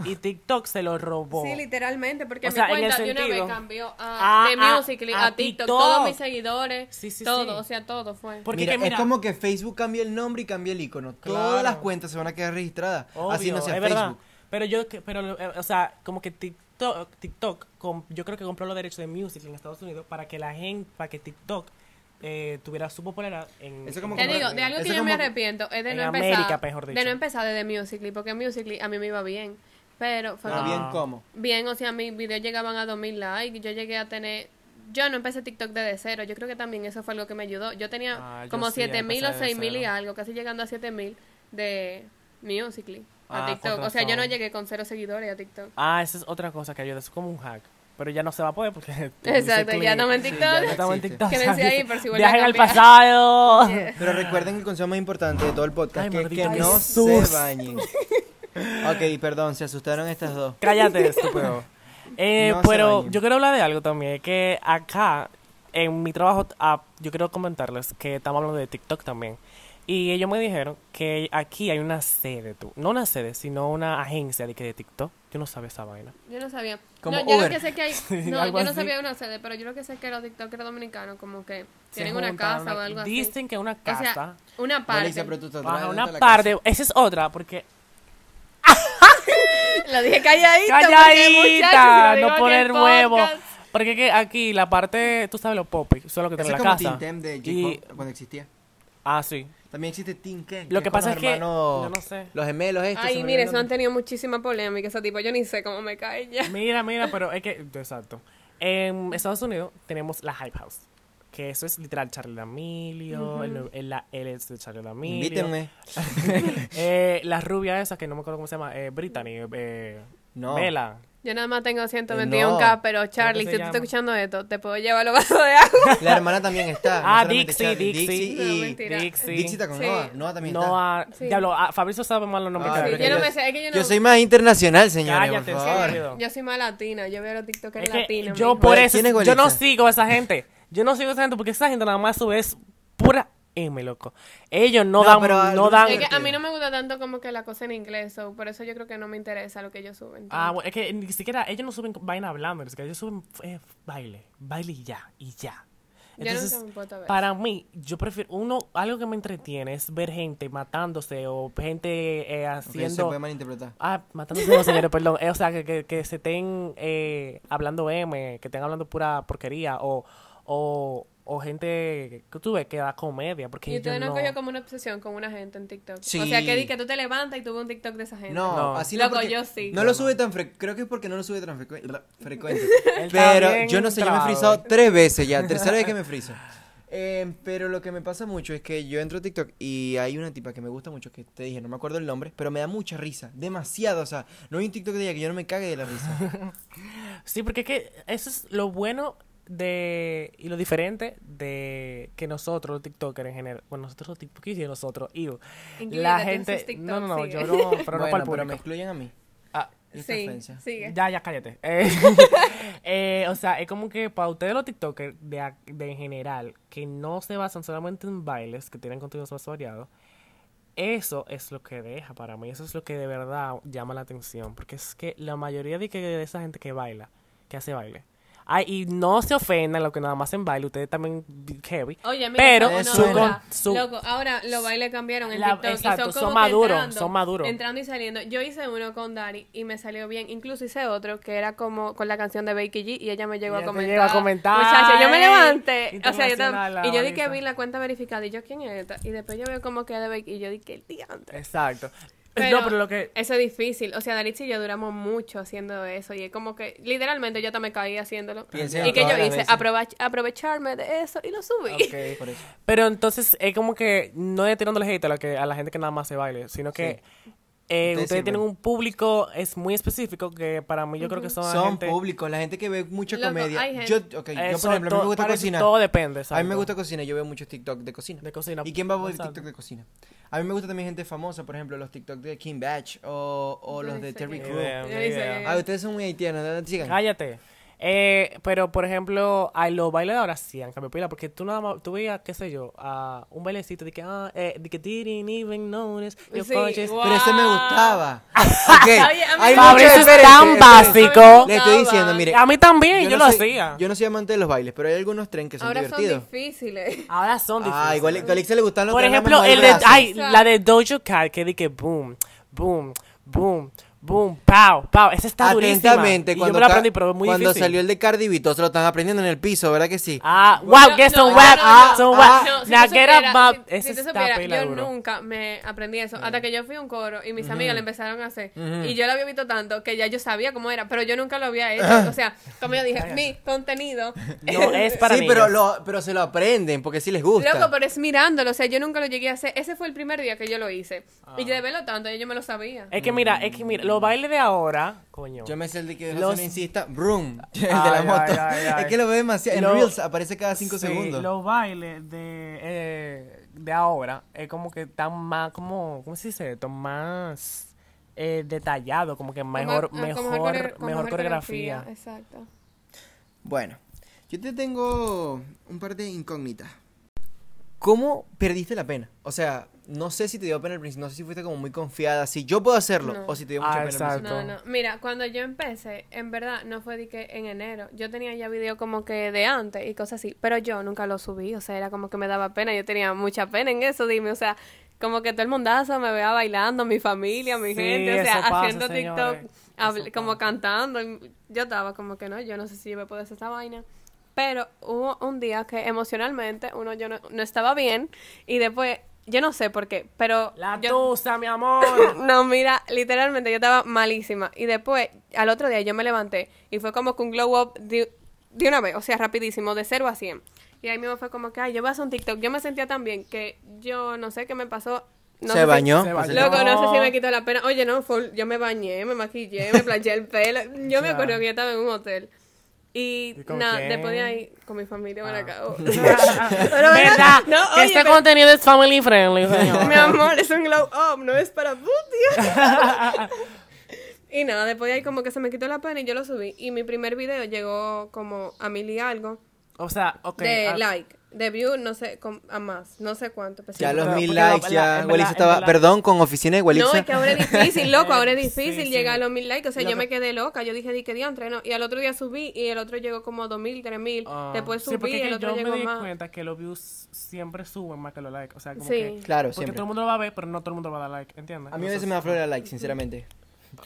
[SPEAKER 3] Y TikTok se lo robó.
[SPEAKER 5] Sí, literalmente, porque
[SPEAKER 3] O
[SPEAKER 5] mi
[SPEAKER 3] sea, en
[SPEAKER 5] cuenta
[SPEAKER 3] el
[SPEAKER 5] de una
[SPEAKER 3] sentido.
[SPEAKER 5] vez cambió a,
[SPEAKER 3] Ah,
[SPEAKER 5] de
[SPEAKER 3] a-
[SPEAKER 5] Musical.ly
[SPEAKER 3] a
[SPEAKER 5] a, TikTok,
[SPEAKER 3] TikTok.
[SPEAKER 5] todos mis seguidores,
[SPEAKER 3] Sí, sí, sí.
[SPEAKER 5] todo, o sea, todo fue.
[SPEAKER 3] Porque
[SPEAKER 4] Mira,
[SPEAKER 3] que mira,
[SPEAKER 4] es como que Facebook cambia el nombre y cambia el icono.
[SPEAKER 3] Claro.
[SPEAKER 4] Todas las cuentas se van a quedar registradas.
[SPEAKER 3] obvio,
[SPEAKER 4] así no sea
[SPEAKER 3] es
[SPEAKER 4] Facebook.
[SPEAKER 3] verdad. Pero yo, que- pero, eh, o sea, como que TikTok, TikTok com- yo creo que compró los derechos de music en Estados Unidos para que la gente, para que TikTok eh, tuviera su popularidad en.
[SPEAKER 4] Eso como
[SPEAKER 5] Te
[SPEAKER 3] en-
[SPEAKER 5] digo, de algo que
[SPEAKER 4] Eso
[SPEAKER 5] yo me
[SPEAKER 4] como-
[SPEAKER 5] arrepiento es de no
[SPEAKER 3] en
[SPEAKER 5] empezar.
[SPEAKER 3] América, mejor dicho.
[SPEAKER 5] De no empezar desde Musical.ly, porque Musical.ly a mí me iba bien. Pero fue
[SPEAKER 4] Pero
[SPEAKER 3] Ah.
[SPEAKER 5] como-
[SPEAKER 4] bien cómo.
[SPEAKER 5] bien, o sea, mis videos llegaban a 2000 likes, yo llegué a tener. Yo no empecé TikTok desde cero, yo creo que también eso fue algo que me ayudó. Yo tenía
[SPEAKER 3] Ah, yo
[SPEAKER 5] como
[SPEAKER 3] sí, empecé
[SPEAKER 5] 7000 o
[SPEAKER 3] desde
[SPEAKER 5] 6000 y
[SPEAKER 3] cero.
[SPEAKER 5] algo, casi llegando a 7000 de Musical.ly a
[SPEAKER 3] Ah, con
[SPEAKER 5] TikTok. O sea, yo no
[SPEAKER 3] razón.
[SPEAKER 5] llegué con cero seguidores a TikTok.
[SPEAKER 3] Ah, esa es otra cosa que ayuda, es como un hack. Pero ya no se va a poder porque. [LAUGHS]
[SPEAKER 5] Exacto,
[SPEAKER 3] Musical.ly-
[SPEAKER 5] ya no me en
[SPEAKER 4] Sí, ya
[SPEAKER 5] TikTok.
[SPEAKER 4] no
[SPEAKER 3] ya estamos en
[SPEAKER 4] existe.
[SPEAKER 3] TikTok.
[SPEAKER 5] Quédense
[SPEAKER 3] ¿sabes?
[SPEAKER 5] ahí por si vuelve a
[SPEAKER 3] Viajen al
[SPEAKER 5] cambiar. [LAUGHS]
[SPEAKER 3] pasado.
[SPEAKER 4] Pero recuerden el consejo más importante de todo el podcast,
[SPEAKER 3] Ay,
[SPEAKER 4] que,
[SPEAKER 3] maldito
[SPEAKER 4] que no
[SPEAKER 3] Jesús.
[SPEAKER 4] se
[SPEAKER 3] [LAUGHS]
[SPEAKER 4] bañen. ok, perdón, se asustaron estas dos.
[SPEAKER 3] Cállate,
[SPEAKER 5] [LAUGHS]
[SPEAKER 3] estúpido. [LAUGHS] Eh,
[SPEAKER 4] No se
[SPEAKER 3] pero
[SPEAKER 4] bañen.
[SPEAKER 3] yo quiero hablar de algo también, que acá, en mi trabajo, ah, yo quiero comentarles que estamos hablando de TikTok también. Y ellos me dijeron que aquí hay una sede, tú. No una sede, sino una agencia de, que de TikTok. Yo no sabía esa vaina.
[SPEAKER 5] Yo no sabía.
[SPEAKER 4] Como
[SPEAKER 5] no, yo lo
[SPEAKER 4] Uber.
[SPEAKER 5] que sé
[SPEAKER 3] [LAUGHS]
[SPEAKER 5] que hay. No,
[SPEAKER 3] algo
[SPEAKER 5] yo no
[SPEAKER 3] así.
[SPEAKER 5] sabía una sede, pero yo lo que sé es que los TikTokers dominicanos, como que
[SPEAKER 3] Se
[SPEAKER 5] tienen una
[SPEAKER 3] juntan,
[SPEAKER 5] casa o algo así.
[SPEAKER 3] Dicen que una
[SPEAKER 5] O
[SPEAKER 3] casa.
[SPEAKER 5] sea, una parte.
[SPEAKER 4] Marisa, pero tú te
[SPEAKER 3] Ajá,
[SPEAKER 4] traes
[SPEAKER 3] una
[SPEAKER 4] de la
[SPEAKER 3] par de... Esa es otra, porque...
[SPEAKER 5] Lo dije calladita. porque, muchachos,
[SPEAKER 3] ¡Calladita!
[SPEAKER 5] si lo digo
[SPEAKER 3] No
[SPEAKER 5] en
[SPEAKER 3] poner
[SPEAKER 5] el
[SPEAKER 3] huevo.
[SPEAKER 5] podcast-
[SPEAKER 3] Porque que aquí la parte, tú sabes, los popis, son los que
[SPEAKER 4] Eso
[SPEAKER 3] tienen
[SPEAKER 4] es
[SPEAKER 3] la
[SPEAKER 4] como
[SPEAKER 3] casa.
[SPEAKER 4] Team Tem de J.
[SPEAKER 3] Y-
[SPEAKER 4] Cole, cuando existía.
[SPEAKER 3] Ah, sí.
[SPEAKER 4] También existe Team Ken.
[SPEAKER 3] Lo que pasa
[SPEAKER 4] con los
[SPEAKER 3] es que-
[SPEAKER 4] hermanos-
[SPEAKER 3] yo no sé.
[SPEAKER 4] Los gemelos estos. se
[SPEAKER 5] Ay,
[SPEAKER 4] me
[SPEAKER 5] mire,
[SPEAKER 4] olvidó
[SPEAKER 5] eso
[SPEAKER 4] el
[SPEAKER 5] han tenido muchísima polémica. Ese tipo, yo ni sé cómo me cae ya.
[SPEAKER 3] Mira, mira, pero es que, exacto. En Estados Unidos tenemos la Hype House, que eso es literal Charlie D'Amelio, el, nue- el- la L es de Charlie
[SPEAKER 4] nombre.
[SPEAKER 3] D'Amelio.
[SPEAKER 4] Invítenme.
[SPEAKER 3] Eh, la rubia esa, que no me acuerdo cómo se llama, eh, Brittany, eh,
[SPEAKER 4] No.
[SPEAKER 3] Bella.
[SPEAKER 5] Yo nada más tengo
[SPEAKER 4] No.
[SPEAKER 5] 121k, pero Charlie,
[SPEAKER 3] se
[SPEAKER 5] si tú
[SPEAKER 3] llama?
[SPEAKER 5] estás escuchando esto, te puedo llevar los vasos de agua.
[SPEAKER 4] [LAUGHS] La hermana también está. no
[SPEAKER 3] Ah,
[SPEAKER 4] solamente
[SPEAKER 3] Dixie,
[SPEAKER 4] Charlie,
[SPEAKER 3] Dixie.
[SPEAKER 5] No,
[SPEAKER 4] Dixie y...
[SPEAKER 5] mentira.
[SPEAKER 3] Dixie.
[SPEAKER 4] Dixie está con
[SPEAKER 5] Sí.
[SPEAKER 4] Noah. Noah también está.
[SPEAKER 3] Noah,
[SPEAKER 5] Sí.
[SPEAKER 3] diablo, ah, Fabrizio sabe mal los nombres.
[SPEAKER 4] Ah,
[SPEAKER 3] que
[SPEAKER 5] Sí,
[SPEAKER 4] pero
[SPEAKER 3] hay.
[SPEAKER 5] yo no me sé, es que yo no-
[SPEAKER 4] soy más internacional, señores,
[SPEAKER 3] Cállate,
[SPEAKER 4] por
[SPEAKER 3] sí.
[SPEAKER 4] favor.
[SPEAKER 5] Yo soy más latina, yo veo a los TikTokers
[SPEAKER 3] Es que
[SPEAKER 5] latinos.
[SPEAKER 3] yo
[SPEAKER 5] mijo.
[SPEAKER 3] por
[SPEAKER 4] ¿Quién
[SPEAKER 3] eso,
[SPEAKER 4] es
[SPEAKER 3] yo no
[SPEAKER 4] Gueliza?
[SPEAKER 3] sigo a esa gente. Yo no sigo a esa gente porque esa gente nada más sube es pura M, loco. Ellos no,
[SPEAKER 4] No,
[SPEAKER 3] dan,
[SPEAKER 4] pero
[SPEAKER 3] no
[SPEAKER 4] algunos
[SPEAKER 3] dan...
[SPEAKER 5] Es que a
[SPEAKER 4] divertido.
[SPEAKER 5] mí no me gusta tanto como que la cosa en inglés, so, por eso yo creo que no me interesa lo que ellos suben.
[SPEAKER 3] Ah, bueno, es que ni siquiera ellos no suben vaina hablando, es que ellos suben eh, baile, baile y ya, y ya.
[SPEAKER 5] Yo nunca
[SPEAKER 3] Entonces,
[SPEAKER 5] me he puesto a ver
[SPEAKER 3] para mí, yo prefiero, uno, algo que me entretiene es ver gente matándose o gente eh,
[SPEAKER 4] Ok, se
[SPEAKER 3] haciendo...
[SPEAKER 4] puede malinterpretar.
[SPEAKER 3] Ah, matándose no, señores, perdón. Eh, o sea, que, que, que se estén eh, hablando M, que estén hablando pura porquería o, o, o gente que tú ves que da comedia, porque
[SPEAKER 5] Y
[SPEAKER 3] yo
[SPEAKER 5] ustedes no
[SPEAKER 3] no...
[SPEAKER 5] cogió como una obsesión con una gente en TikTok.
[SPEAKER 4] Sí.
[SPEAKER 5] O sea, que, di que tú te levantas y tú ves un TikTok de esa gente.
[SPEAKER 4] No,
[SPEAKER 3] No.
[SPEAKER 4] así no
[SPEAKER 5] Loco,
[SPEAKER 4] porque-
[SPEAKER 5] yo sí.
[SPEAKER 4] No lo sube tan frecuente. Creo que es porque no lo sube tan frecu- ra- frecuente.
[SPEAKER 3] [LAUGHS] Él está
[SPEAKER 4] pero
[SPEAKER 3] bien
[SPEAKER 4] yo no sé, yo me he
[SPEAKER 3] trabado.
[SPEAKER 4] frizado tres veces ya. Tercera vez
[SPEAKER 3] [LAUGHS]
[SPEAKER 4] que me frizo. Eh, pero lo que me pasa mucho es que yo entro a TikTok y hay una tipa que me gusta mucho, que te dije, no me acuerdo el nombre, pero me da mucha risa. Demasiado. O sea, no hay un TikTok de ella que yo no me cague de la risa.
[SPEAKER 3] Sí, porque es que eso es lo bueno de y lo diferente de que nosotros los TikTokers en general, bueno, nosotros los TikTokers y nosotros, ew, la
[SPEAKER 5] Inclúyete en sus
[SPEAKER 3] gente, no, no, no,
[SPEAKER 5] TikTok,
[SPEAKER 3] yo
[SPEAKER 5] sigue.
[SPEAKER 3] no, [LAUGHS] pero no
[SPEAKER 4] Bueno,
[SPEAKER 3] para el
[SPEAKER 4] pero me
[SPEAKER 3] público.
[SPEAKER 4] excluyen a mí.
[SPEAKER 3] Ah,
[SPEAKER 4] Y esta
[SPEAKER 5] Sí,
[SPEAKER 4] ofensa.
[SPEAKER 5] sigue.
[SPEAKER 3] ya, ya, cállate. [LAUGHS] Eh, eh, o sea, es como que para ustedes los TikTokers de, a- de en general, que no se basan solamente en bailes, que tienen contenidos más variados, eso es lo que deja para mí, eso es lo que de verdad llama la atención, porque es que la mayoría de, que, de esa gente que baila, que hace baile, ay, y no se ofendan lo que nada más en baile, ustedes también heavy,
[SPEAKER 5] Oye, mira,
[SPEAKER 3] pero
[SPEAKER 5] no, no,
[SPEAKER 3] su,
[SPEAKER 5] no,
[SPEAKER 4] con-
[SPEAKER 5] ahora,
[SPEAKER 3] su-
[SPEAKER 5] loco, ahora los bailes cambiaron en
[SPEAKER 3] La-
[SPEAKER 5] TikTok
[SPEAKER 3] exacto,
[SPEAKER 5] y son,
[SPEAKER 3] son
[SPEAKER 5] como que
[SPEAKER 3] maduros,
[SPEAKER 5] entrando,
[SPEAKER 3] son maduros.
[SPEAKER 5] Entrando y saliendo. Yo hice uno con Dari y me salió bien. Incluso hice otro que era como con la canción de Becky G y ella me llegó
[SPEAKER 3] Ya
[SPEAKER 5] a
[SPEAKER 3] te
[SPEAKER 5] comentar.
[SPEAKER 3] llegó a comentar,
[SPEAKER 5] Muchacha, yo me
[SPEAKER 3] ey,
[SPEAKER 5] levanté. O sea, yo
[SPEAKER 3] internacional, la
[SPEAKER 5] tam- y yo di que
[SPEAKER 3] bonita.
[SPEAKER 5] vi la cuenta verificada y yo, ¿quién es esta? Y después yo veo como que era de Becky y yo di que el día antes.
[SPEAKER 3] exacto,
[SPEAKER 5] Pero-
[SPEAKER 3] no, pero lo que,
[SPEAKER 5] Eso es difícil. O sea, Daritz y yo duramos mucho haciendo eso. Y es como que, literalmente, yo también caí haciéndolo.
[SPEAKER 4] Piensa
[SPEAKER 5] y
[SPEAKER 4] en
[SPEAKER 5] que yo
[SPEAKER 4] todas las
[SPEAKER 5] hice,
[SPEAKER 4] veces.
[SPEAKER 5] aprovech- aprovecharme de eso y lo subí.
[SPEAKER 4] Ah, Ok, por
[SPEAKER 3] [LAUGHS]
[SPEAKER 4] eso.
[SPEAKER 3] Pero entonces es como que no es tirándole hate a la, que, a la gente que nada más se baile, sino que eh,
[SPEAKER 4] Ustedes
[SPEAKER 3] ustedes
[SPEAKER 4] sirven.
[SPEAKER 3] tienen un público es muy específico que para mí yo creo que son,
[SPEAKER 4] Son
[SPEAKER 3] gente,
[SPEAKER 4] públicos, la gente que ve mucha
[SPEAKER 5] Loco,
[SPEAKER 4] comedia.
[SPEAKER 5] hay gente-
[SPEAKER 4] Yo, ok, yo,
[SPEAKER 3] Eso
[SPEAKER 4] por ejemplo, a mí me
[SPEAKER 3] to-
[SPEAKER 4] gusta
[SPEAKER 3] para eso
[SPEAKER 4] cocinar.
[SPEAKER 3] Todo depende,
[SPEAKER 4] A mí me
[SPEAKER 3] exacto.
[SPEAKER 4] gusta cocinar, yo veo muchos TikTok de cocina.
[SPEAKER 3] de cocina.
[SPEAKER 4] ¿Y quién va a ver
[SPEAKER 3] Exacto.
[SPEAKER 4] TikTok de cocina? A mí me gusta también gente famosa, por ejemplo, los TikTok de Kim Batch o, o
[SPEAKER 5] Yo
[SPEAKER 4] los
[SPEAKER 5] hice
[SPEAKER 4] de Terry
[SPEAKER 5] que-
[SPEAKER 3] Ni
[SPEAKER 4] Crew.
[SPEAKER 3] idea,
[SPEAKER 5] Yo
[SPEAKER 3] ni
[SPEAKER 5] hice
[SPEAKER 3] idea.
[SPEAKER 5] que-
[SPEAKER 4] Ah, ustedes son muy haitianos, ¿no? sigan.
[SPEAKER 3] Cállate. Eh, pero por ejemplo, a los bailes de ahora sí han cambiado pila, porque tú nada más, tú veías, qué sé yo, a un bailecito de que, ah, eh, de que didn't even notice your
[SPEAKER 5] Sí,
[SPEAKER 3] conscious-
[SPEAKER 5] guau.
[SPEAKER 4] Pero ese me
[SPEAKER 5] Wow.
[SPEAKER 4] gustaba.
[SPEAKER 3] [LAUGHS]
[SPEAKER 4] Ok,
[SPEAKER 5] Oye, a mí
[SPEAKER 4] hay
[SPEAKER 5] me
[SPEAKER 4] mucho-
[SPEAKER 3] Fabricio es
[SPEAKER 4] espérense,
[SPEAKER 3] tan
[SPEAKER 4] espérense.
[SPEAKER 3] básico.
[SPEAKER 4] Le estoy diciendo, mire.
[SPEAKER 3] A mí también, yo, lo
[SPEAKER 4] no soy-
[SPEAKER 3] hacía.
[SPEAKER 4] Yo no soy amante de los bailes, pero hay algunos trenes que son
[SPEAKER 5] Ahora
[SPEAKER 4] divertidos.
[SPEAKER 5] son difíciles.
[SPEAKER 3] Ahora son difíciles.
[SPEAKER 4] ah, igual, que a Alexa le gustan los
[SPEAKER 3] Por
[SPEAKER 4] que nada más
[SPEAKER 3] ejemplo, el
[SPEAKER 4] mueven el
[SPEAKER 3] de,
[SPEAKER 4] brazo.
[SPEAKER 3] ay,
[SPEAKER 5] Claro.
[SPEAKER 3] la de Dojo Cat que di que boom, boom, boom, boom, pow, pow. Esa está durísima.
[SPEAKER 4] Atentamente,
[SPEAKER 3] Y
[SPEAKER 4] cuando,
[SPEAKER 3] yo me la
[SPEAKER 4] Ca-
[SPEAKER 3] aprendí, pero es muy
[SPEAKER 4] cuando
[SPEAKER 3] difícil.
[SPEAKER 4] salió el de Cardi B, todos se lo están aprendiendo en el piso, ¿verdad que sí?
[SPEAKER 3] Ah, wow,
[SPEAKER 5] No,
[SPEAKER 3] get
[SPEAKER 5] no,
[SPEAKER 3] some
[SPEAKER 5] no,
[SPEAKER 3] web,
[SPEAKER 5] no, no. Ah,
[SPEAKER 3] some web.
[SPEAKER 5] No, si
[SPEAKER 3] ah, Now
[SPEAKER 5] tú
[SPEAKER 3] get
[SPEAKER 5] supieras-
[SPEAKER 3] up,
[SPEAKER 5] si-
[SPEAKER 3] Esa
[SPEAKER 5] si tú
[SPEAKER 3] está
[SPEAKER 5] supieras,
[SPEAKER 3] pela
[SPEAKER 5] yo
[SPEAKER 3] duro.
[SPEAKER 5] nunca me aprendí eso. Hasta que yo fui a un coro y mis amigas lo empezaron a hacer. Y yo lo había visto tanto que ya yo sabía cómo era, pero yo nunca lo había hecho. O sea, como yo dije, mi
[SPEAKER 3] [LAUGHS]
[SPEAKER 5] contenido.
[SPEAKER 3] No,
[SPEAKER 4] [LAUGHS]
[SPEAKER 3] es para
[SPEAKER 4] sí,
[SPEAKER 3] niños.
[SPEAKER 4] pero, lo, pero se lo aprenden porque sí les gusta.
[SPEAKER 5] Loco, pero es mirándolo. O sea, yo nunca lo llegué a hacer. Ese fue el primer día que yo lo hice.
[SPEAKER 3] Ah.
[SPEAKER 5] Y yo de verlo tanto, ya yo me lo sabía.
[SPEAKER 3] Es que mira, es que mira, los bailes de ahora, coño.
[SPEAKER 4] Yo me sé el de que
[SPEAKER 3] Los-
[SPEAKER 4] los... no insista, Brum, [LAUGHS] el de
[SPEAKER 3] Ay,
[SPEAKER 4] la
[SPEAKER 3] ay,
[SPEAKER 4] moto.
[SPEAKER 3] ay, ay.
[SPEAKER 4] Es que lo veo demasiado. En
[SPEAKER 3] Lo-
[SPEAKER 4] Reels aparece cada 5
[SPEAKER 3] Sí,
[SPEAKER 4] segundos.
[SPEAKER 3] Los bailes de, eh, de ahora es como que están más, como, ¿cómo se dice esto? Más eh, detallado, como que mejor,
[SPEAKER 5] Como-
[SPEAKER 3] mejor,
[SPEAKER 5] como
[SPEAKER 3] mejor,
[SPEAKER 5] core- con
[SPEAKER 3] coreografía.
[SPEAKER 5] Exacto.
[SPEAKER 4] Bueno, yo te tengo un par de incógnitas. ¿Cómo perdiste la pena? O sea, no sé si te dio pena al principio, no sé si fuiste como muy confiada, si yo puedo hacerlo,
[SPEAKER 5] No.
[SPEAKER 4] o si te dio mucha
[SPEAKER 3] Ah,
[SPEAKER 4] pena al
[SPEAKER 3] exacto.
[SPEAKER 4] principio.
[SPEAKER 5] No, no. Mira, cuando yo empecé, en verdad, no fue de que en enero. Yo tenía ya video como que de antes y cosas así, pero yo nunca lo subí. O sea, era como que me daba pena. Yo tenía mucha pena en eso, dime. O sea, como que todo el mundazo me vea bailando, mi familia, mi
[SPEAKER 3] Sí,
[SPEAKER 5] gente, o sea,
[SPEAKER 3] eso pasa,
[SPEAKER 5] haciendo
[SPEAKER 3] señores.
[SPEAKER 5] TikTok, habl-
[SPEAKER 3] Eso
[SPEAKER 5] como
[SPEAKER 3] pasa.
[SPEAKER 5] cantando. y Yo estaba como que no, yo no sé si yo me puedo hacer esa vaina. Pero hubo un día que emocionalmente uno yo no, no estaba bien y después, yo no sé por qué, pero...
[SPEAKER 3] La
[SPEAKER 5] yo-
[SPEAKER 3] tusa, mi amor.
[SPEAKER 5] [LAUGHS] no, mira, literalmente yo estaba malísima. Y después, al otro día yo me levanté y fue como que un glow up de, de una vez, o sea, rapidísimo, de 0 a 100. Y ahí mismo fue como que, ay, yo voy a hacer un TikTok. Yo me sentía tan bien que yo no sé qué me pasó. No
[SPEAKER 4] Se
[SPEAKER 5] sé si-
[SPEAKER 4] bañó.
[SPEAKER 3] Se bañó.
[SPEAKER 5] Loco, no sé si me quitó la pena. Oye, no, fue- yo me bañé, me maquillé, me planché el pelo. Yo me
[SPEAKER 3] Ya.
[SPEAKER 5] acuerdo que yo estaba en un hotel. Y,
[SPEAKER 3] ¿Y con
[SPEAKER 5] nada,
[SPEAKER 3] quién?
[SPEAKER 5] después de ahí, con mi familia me
[SPEAKER 3] Ah. [LAUGHS]
[SPEAKER 5] la cago.
[SPEAKER 3] ¿Verdad?
[SPEAKER 5] No,
[SPEAKER 3] que
[SPEAKER 5] oye,
[SPEAKER 3] este
[SPEAKER 5] pero-
[SPEAKER 3] contenido es family friendly, señor. [LAUGHS]
[SPEAKER 5] Mi amor, es un glow up, no es
[SPEAKER 3] [LAUGHS]
[SPEAKER 5] para putia. y nada, después de ahí como que se me quitó la pena y yo lo subí. Y mi primer video llegó como a mil y algo
[SPEAKER 3] O sea, ok.
[SPEAKER 5] de
[SPEAKER 3] ah,
[SPEAKER 5] like, de view, no sé, com- a más, no sé cuánto. pues, pero
[SPEAKER 4] Ya
[SPEAKER 5] sí.
[SPEAKER 4] los
[SPEAKER 3] Pero,
[SPEAKER 4] mil
[SPEAKER 3] porque la-
[SPEAKER 4] likes,
[SPEAKER 3] la- en
[SPEAKER 4] ya.
[SPEAKER 3] verdad-
[SPEAKER 4] Walixa
[SPEAKER 3] en
[SPEAKER 4] estaba.
[SPEAKER 3] verdad-
[SPEAKER 4] Perdón, con oficina de Walixa.
[SPEAKER 5] No, es que ahora es difícil, loco, ahora es
[SPEAKER 3] [LAUGHS] Sí,
[SPEAKER 5] difícil
[SPEAKER 3] sí.
[SPEAKER 5] llegar a los mil likes. O sea,
[SPEAKER 3] Lo
[SPEAKER 5] yo
[SPEAKER 3] que-
[SPEAKER 5] me quedé loca, yo dije, di que diantre, no. Y al otro día subí y el otro llegó como a dos mil, tres mil.
[SPEAKER 3] ah.
[SPEAKER 5] Después
[SPEAKER 3] Sí, porque
[SPEAKER 5] subí y
[SPEAKER 3] es que
[SPEAKER 5] pues el otro
[SPEAKER 3] yo
[SPEAKER 5] llegó
[SPEAKER 3] me di
[SPEAKER 5] más.
[SPEAKER 3] cuenta que los views siempre suben más que los likes. O sea, como
[SPEAKER 5] Sí.
[SPEAKER 3] que.
[SPEAKER 4] Claro,
[SPEAKER 3] Porque
[SPEAKER 4] siempre.
[SPEAKER 3] todo el mundo lo va a ver, pero no todo el mundo va a dar like, ¿entiendes? ah,
[SPEAKER 4] A mí a veces me da flor el like, sinceramente.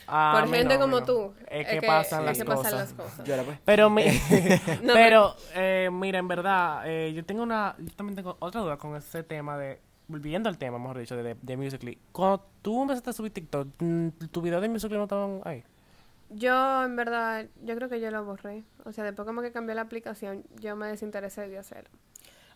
[SPEAKER 5] Por gente como tú.
[SPEAKER 3] Es que, pasan,
[SPEAKER 5] es
[SPEAKER 3] las
[SPEAKER 5] que
[SPEAKER 3] cosas.
[SPEAKER 5] pasan las cosas.
[SPEAKER 4] Yo era pues.
[SPEAKER 3] Pero,
[SPEAKER 4] [LAUGHS]
[SPEAKER 3] mi- [LAUGHS]
[SPEAKER 5] No,
[SPEAKER 3] pero eh, mira, en verdad, eh, yo tengo una, yo también tengo otra duda con ese tema de, volviendo al tema, mejor dicho, de, de Musical.ly. Cuando tú empezaste a subir TikTok, mm, ¿tu video de Musical.ly no estaban ahí?
[SPEAKER 5] Yo, en verdad, yo creo que yo lo borré. O sea, después como que cambió la aplicación, yo me desinteresé de hacerlo.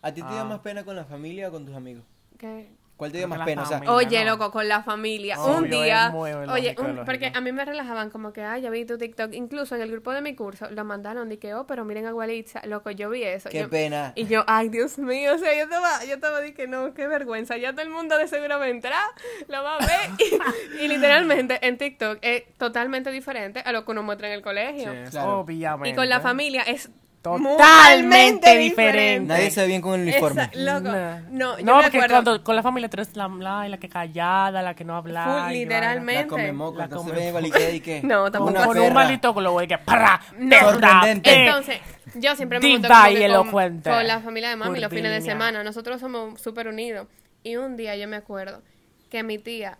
[SPEAKER 4] ¿A ti te
[SPEAKER 3] Ah.
[SPEAKER 4] da más pena con la familia o con tus amigos?
[SPEAKER 5] Que
[SPEAKER 4] ¿Cuál te dio
[SPEAKER 3] Creo
[SPEAKER 4] más
[SPEAKER 3] que la
[SPEAKER 4] pena? O sea,
[SPEAKER 3] familia.
[SPEAKER 5] Oye,
[SPEAKER 3] no.
[SPEAKER 5] loco, con la familia.
[SPEAKER 3] Obvio,
[SPEAKER 5] un día.
[SPEAKER 3] es muy lógico,
[SPEAKER 5] oye, un-
[SPEAKER 3] lógico.
[SPEAKER 5] porque a mí me relajaban como que, ay, ya vi tu TikTok. Incluso en el grupo de mi curso lo mandaron. Dije, oh, pero miren a Gualitza. Loco, yo vi eso.
[SPEAKER 4] qué
[SPEAKER 5] yo-
[SPEAKER 4] pena.
[SPEAKER 5] Y yo, ay, Dios mío. O sea, yo estaba, yo estaba, dije, no, qué vergüenza. Ya todo el mundo de seguro va a entrar, lo va a ver. [LAUGHS] Y, y literalmente en TikTok es totalmente diferente a lo que uno muestra en el colegio.
[SPEAKER 3] Sí,
[SPEAKER 4] Claro.
[SPEAKER 3] Obviamente.
[SPEAKER 5] Y con la familia es
[SPEAKER 3] Totalmente
[SPEAKER 5] totalmente
[SPEAKER 3] diferente.
[SPEAKER 5] diferente.
[SPEAKER 4] Nadie se ve bien con el uniforme.
[SPEAKER 5] Esa- loco.
[SPEAKER 3] Nah.
[SPEAKER 5] No, yo
[SPEAKER 3] no
[SPEAKER 5] me
[SPEAKER 3] porque
[SPEAKER 5] acuerdo.
[SPEAKER 3] cuando- con la familia tú eres la, la, la que callada, la que no habla.
[SPEAKER 5] Full,
[SPEAKER 3] y vaina.
[SPEAKER 5] literalmente.
[SPEAKER 4] La comemos,
[SPEAKER 3] La
[SPEAKER 4] entonces
[SPEAKER 3] come
[SPEAKER 4] ven
[SPEAKER 3] moco.
[SPEAKER 4] igual y qué, y qué.
[SPEAKER 5] No,
[SPEAKER 4] Como
[SPEAKER 5] tampoco.
[SPEAKER 4] una
[SPEAKER 3] Con un
[SPEAKER 4] perra.
[SPEAKER 3] maldito globo y que ¡parra!
[SPEAKER 5] No.
[SPEAKER 4] Sorprendente.
[SPEAKER 3] Eh,
[SPEAKER 5] Entonces, yo siempre me
[SPEAKER 3] Diva
[SPEAKER 5] junto como que
[SPEAKER 3] y
[SPEAKER 5] con,
[SPEAKER 3] elocuente.
[SPEAKER 5] con la familia de mami los fines de
[SPEAKER 3] Curviña.
[SPEAKER 5] semana. Nosotros somos súper unidos. Y un día yo me acuerdo que mi tía,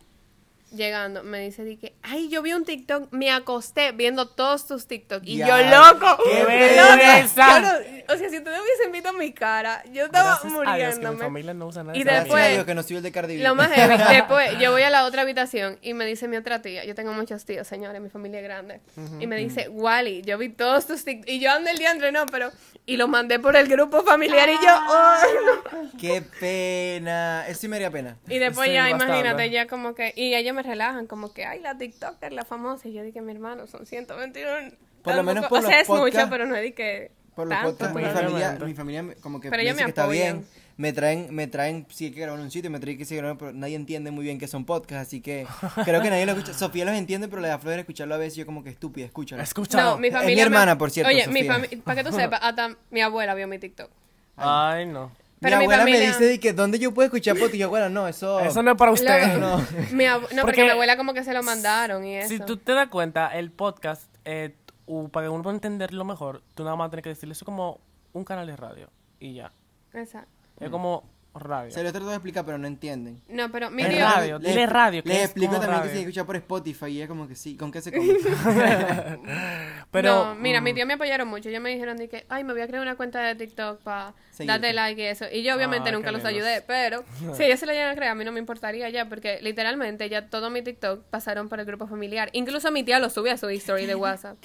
[SPEAKER 5] llegando, me dice, di que, ay, yo vi un TikTok, me acosté viendo todos tus TikTok. Y
[SPEAKER 4] Ya.
[SPEAKER 5] yo, loco,
[SPEAKER 4] ¡Qué
[SPEAKER 5] loco,
[SPEAKER 3] vergüenza!
[SPEAKER 5] yo no- o sea, si ustedes hubiesen visto mi cara, yo estaba
[SPEAKER 3] gracias a Dios que mi
[SPEAKER 5] muriéndome.
[SPEAKER 3] familia no usa nada
[SPEAKER 5] Y
[SPEAKER 3] de esa
[SPEAKER 4] Gracias
[SPEAKER 5] después-
[SPEAKER 4] a Dios que no soy el de Cardi B.
[SPEAKER 5] Lo
[SPEAKER 4] [LAUGHS]
[SPEAKER 5] más heavy, después yo voy a la otra habitación y me dice mi otra tía, yo tengo muchos tíos, señores, mi familia es grande, y me dice, Wally, yo vi todos tus TikToks, y yo ando el diantre, no, pero, y lo mandé por el grupo familiar y yo,
[SPEAKER 4] Ah.
[SPEAKER 5] oh, no.
[SPEAKER 4] Qué pena. Eso sí me haría pena.
[SPEAKER 5] Y después
[SPEAKER 4] Eso
[SPEAKER 5] ya,
[SPEAKER 4] es bastante.
[SPEAKER 5] imagínate, ya como que, y ellos me relajan, como que, ay, la TikToker, la famosa, y yo dije, mi hermano, son 121.
[SPEAKER 4] Por lo
[SPEAKER 5] tampoco-
[SPEAKER 4] menos por
[SPEAKER 5] O sea,
[SPEAKER 4] los
[SPEAKER 5] es
[SPEAKER 4] podcasts-
[SPEAKER 5] mucho, pero no es que
[SPEAKER 4] Por lo
[SPEAKER 5] tanto, pues,
[SPEAKER 4] podcast, mi
[SPEAKER 5] pero-
[SPEAKER 4] familia,
[SPEAKER 3] Obviamente.
[SPEAKER 4] mi familia como que
[SPEAKER 5] Pero ellos
[SPEAKER 4] piensa
[SPEAKER 5] me
[SPEAKER 4] que está
[SPEAKER 5] apoyan.
[SPEAKER 4] bien. Me traen, me traen, sí hay que grabar en un sitio, me traen que sí grabar, pero nadie entiende muy bien que son podcasts, así
[SPEAKER 5] [LAUGHS]
[SPEAKER 4] que creo que nadie lo escucha. Sofía los entiende, pero le da flores escucharlo a veces, yo como que estúpida, escúchalo.
[SPEAKER 3] Escúchalo.
[SPEAKER 5] No, mi
[SPEAKER 4] Es mi
[SPEAKER 5] familia. me-
[SPEAKER 4] hermana, por cierto,
[SPEAKER 5] Oye, mi
[SPEAKER 4] Sofía.
[SPEAKER 5] familia, para que tú
[SPEAKER 4] [LAUGHS]
[SPEAKER 5] sepas, hasta mi abuela vio mi TikTok.
[SPEAKER 3] Ay, no.
[SPEAKER 5] Pero
[SPEAKER 4] mi
[SPEAKER 5] mi
[SPEAKER 4] abuela me
[SPEAKER 5] familia-
[SPEAKER 4] dice de que dónde yo puedo escuchar podcast, y yo, abuela, no,
[SPEAKER 5] [LAUGHS]
[SPEAKER 4] eso
[SPEAKER 3] Eso no es para usted.
[SPEAKER 5] Luego-
[SPEAKER 4] No.
[SPEAKER 5] [LAUGHS] Mi abu- no, porque,
[SPEAKER 3] Porque-
[SPEAKER 5] mi abuela como que se lo mandaron y eso.
[SPEAKER 3] Si tú te das cuenta, el podcast, eh, u- para que uno pueda entenderlo mejor, tú nada más tienes que decirle eso es como un canal de radio. Y ya.
[SPEAKER 5] Exacto.
[SPEAKER 3] Es
[SPEAKER 4] Mm.
[SPEAKER 3] como radio.
[SPEAKER 4] Se lo trato de explicar, pero no entienden.
[SPEAKER 5] No, pero mi
[SPEAKER 3] Es
[SPEAKER 5] tío,
[SPEAKER 3] radio. dile radio, que
[SPEAKER 4] Les
[SPEAKER 3] es
[SPEAKER 4] explico
[SPEAKER 3] como
[SPEAKER 4] también que
[SPEAKER 3] radio.
[SPEAKER 4] se escucha por Spotify y ella como que sí, ¿con qué se
[SPEAKER 5] [LAUGHS]
[SPEAKER 4] come?
[SPEAKER 3] [LAUGHS] Pero.
[SPEAKER 5] no, mira,
[SPEAKER 3] mm,
[SPEAKER 5] mi tío me apoyaron mucho. Ellos me dijeron de que, ay, me voy a crear una cuenta de TikTok para
[SPEAKER 4] Seguirte.
[SPEAKER 5] darte like y eso. Y yo obviamente
[SPEAKER 3] Ah,
[SPEAKER 5] nunca
[SPEAKER 3] qué
[SPEAKER 5] los
[SPEAKER 3] lindos.
[SPEAKER 5] ayudé,
[SPEAKER 3] [LAUGHS]
[SPEAKER 5] pero si ellos se lo llegan a crear, a mí no me importaría ya, porque literalmente ya todo mi TikTok pasaron por el grupo familiar. Incluso mi tía lo sube a su
[SPEAKER 3] [LAUGHS]
[SPEAKER 5] story de WhatsApp.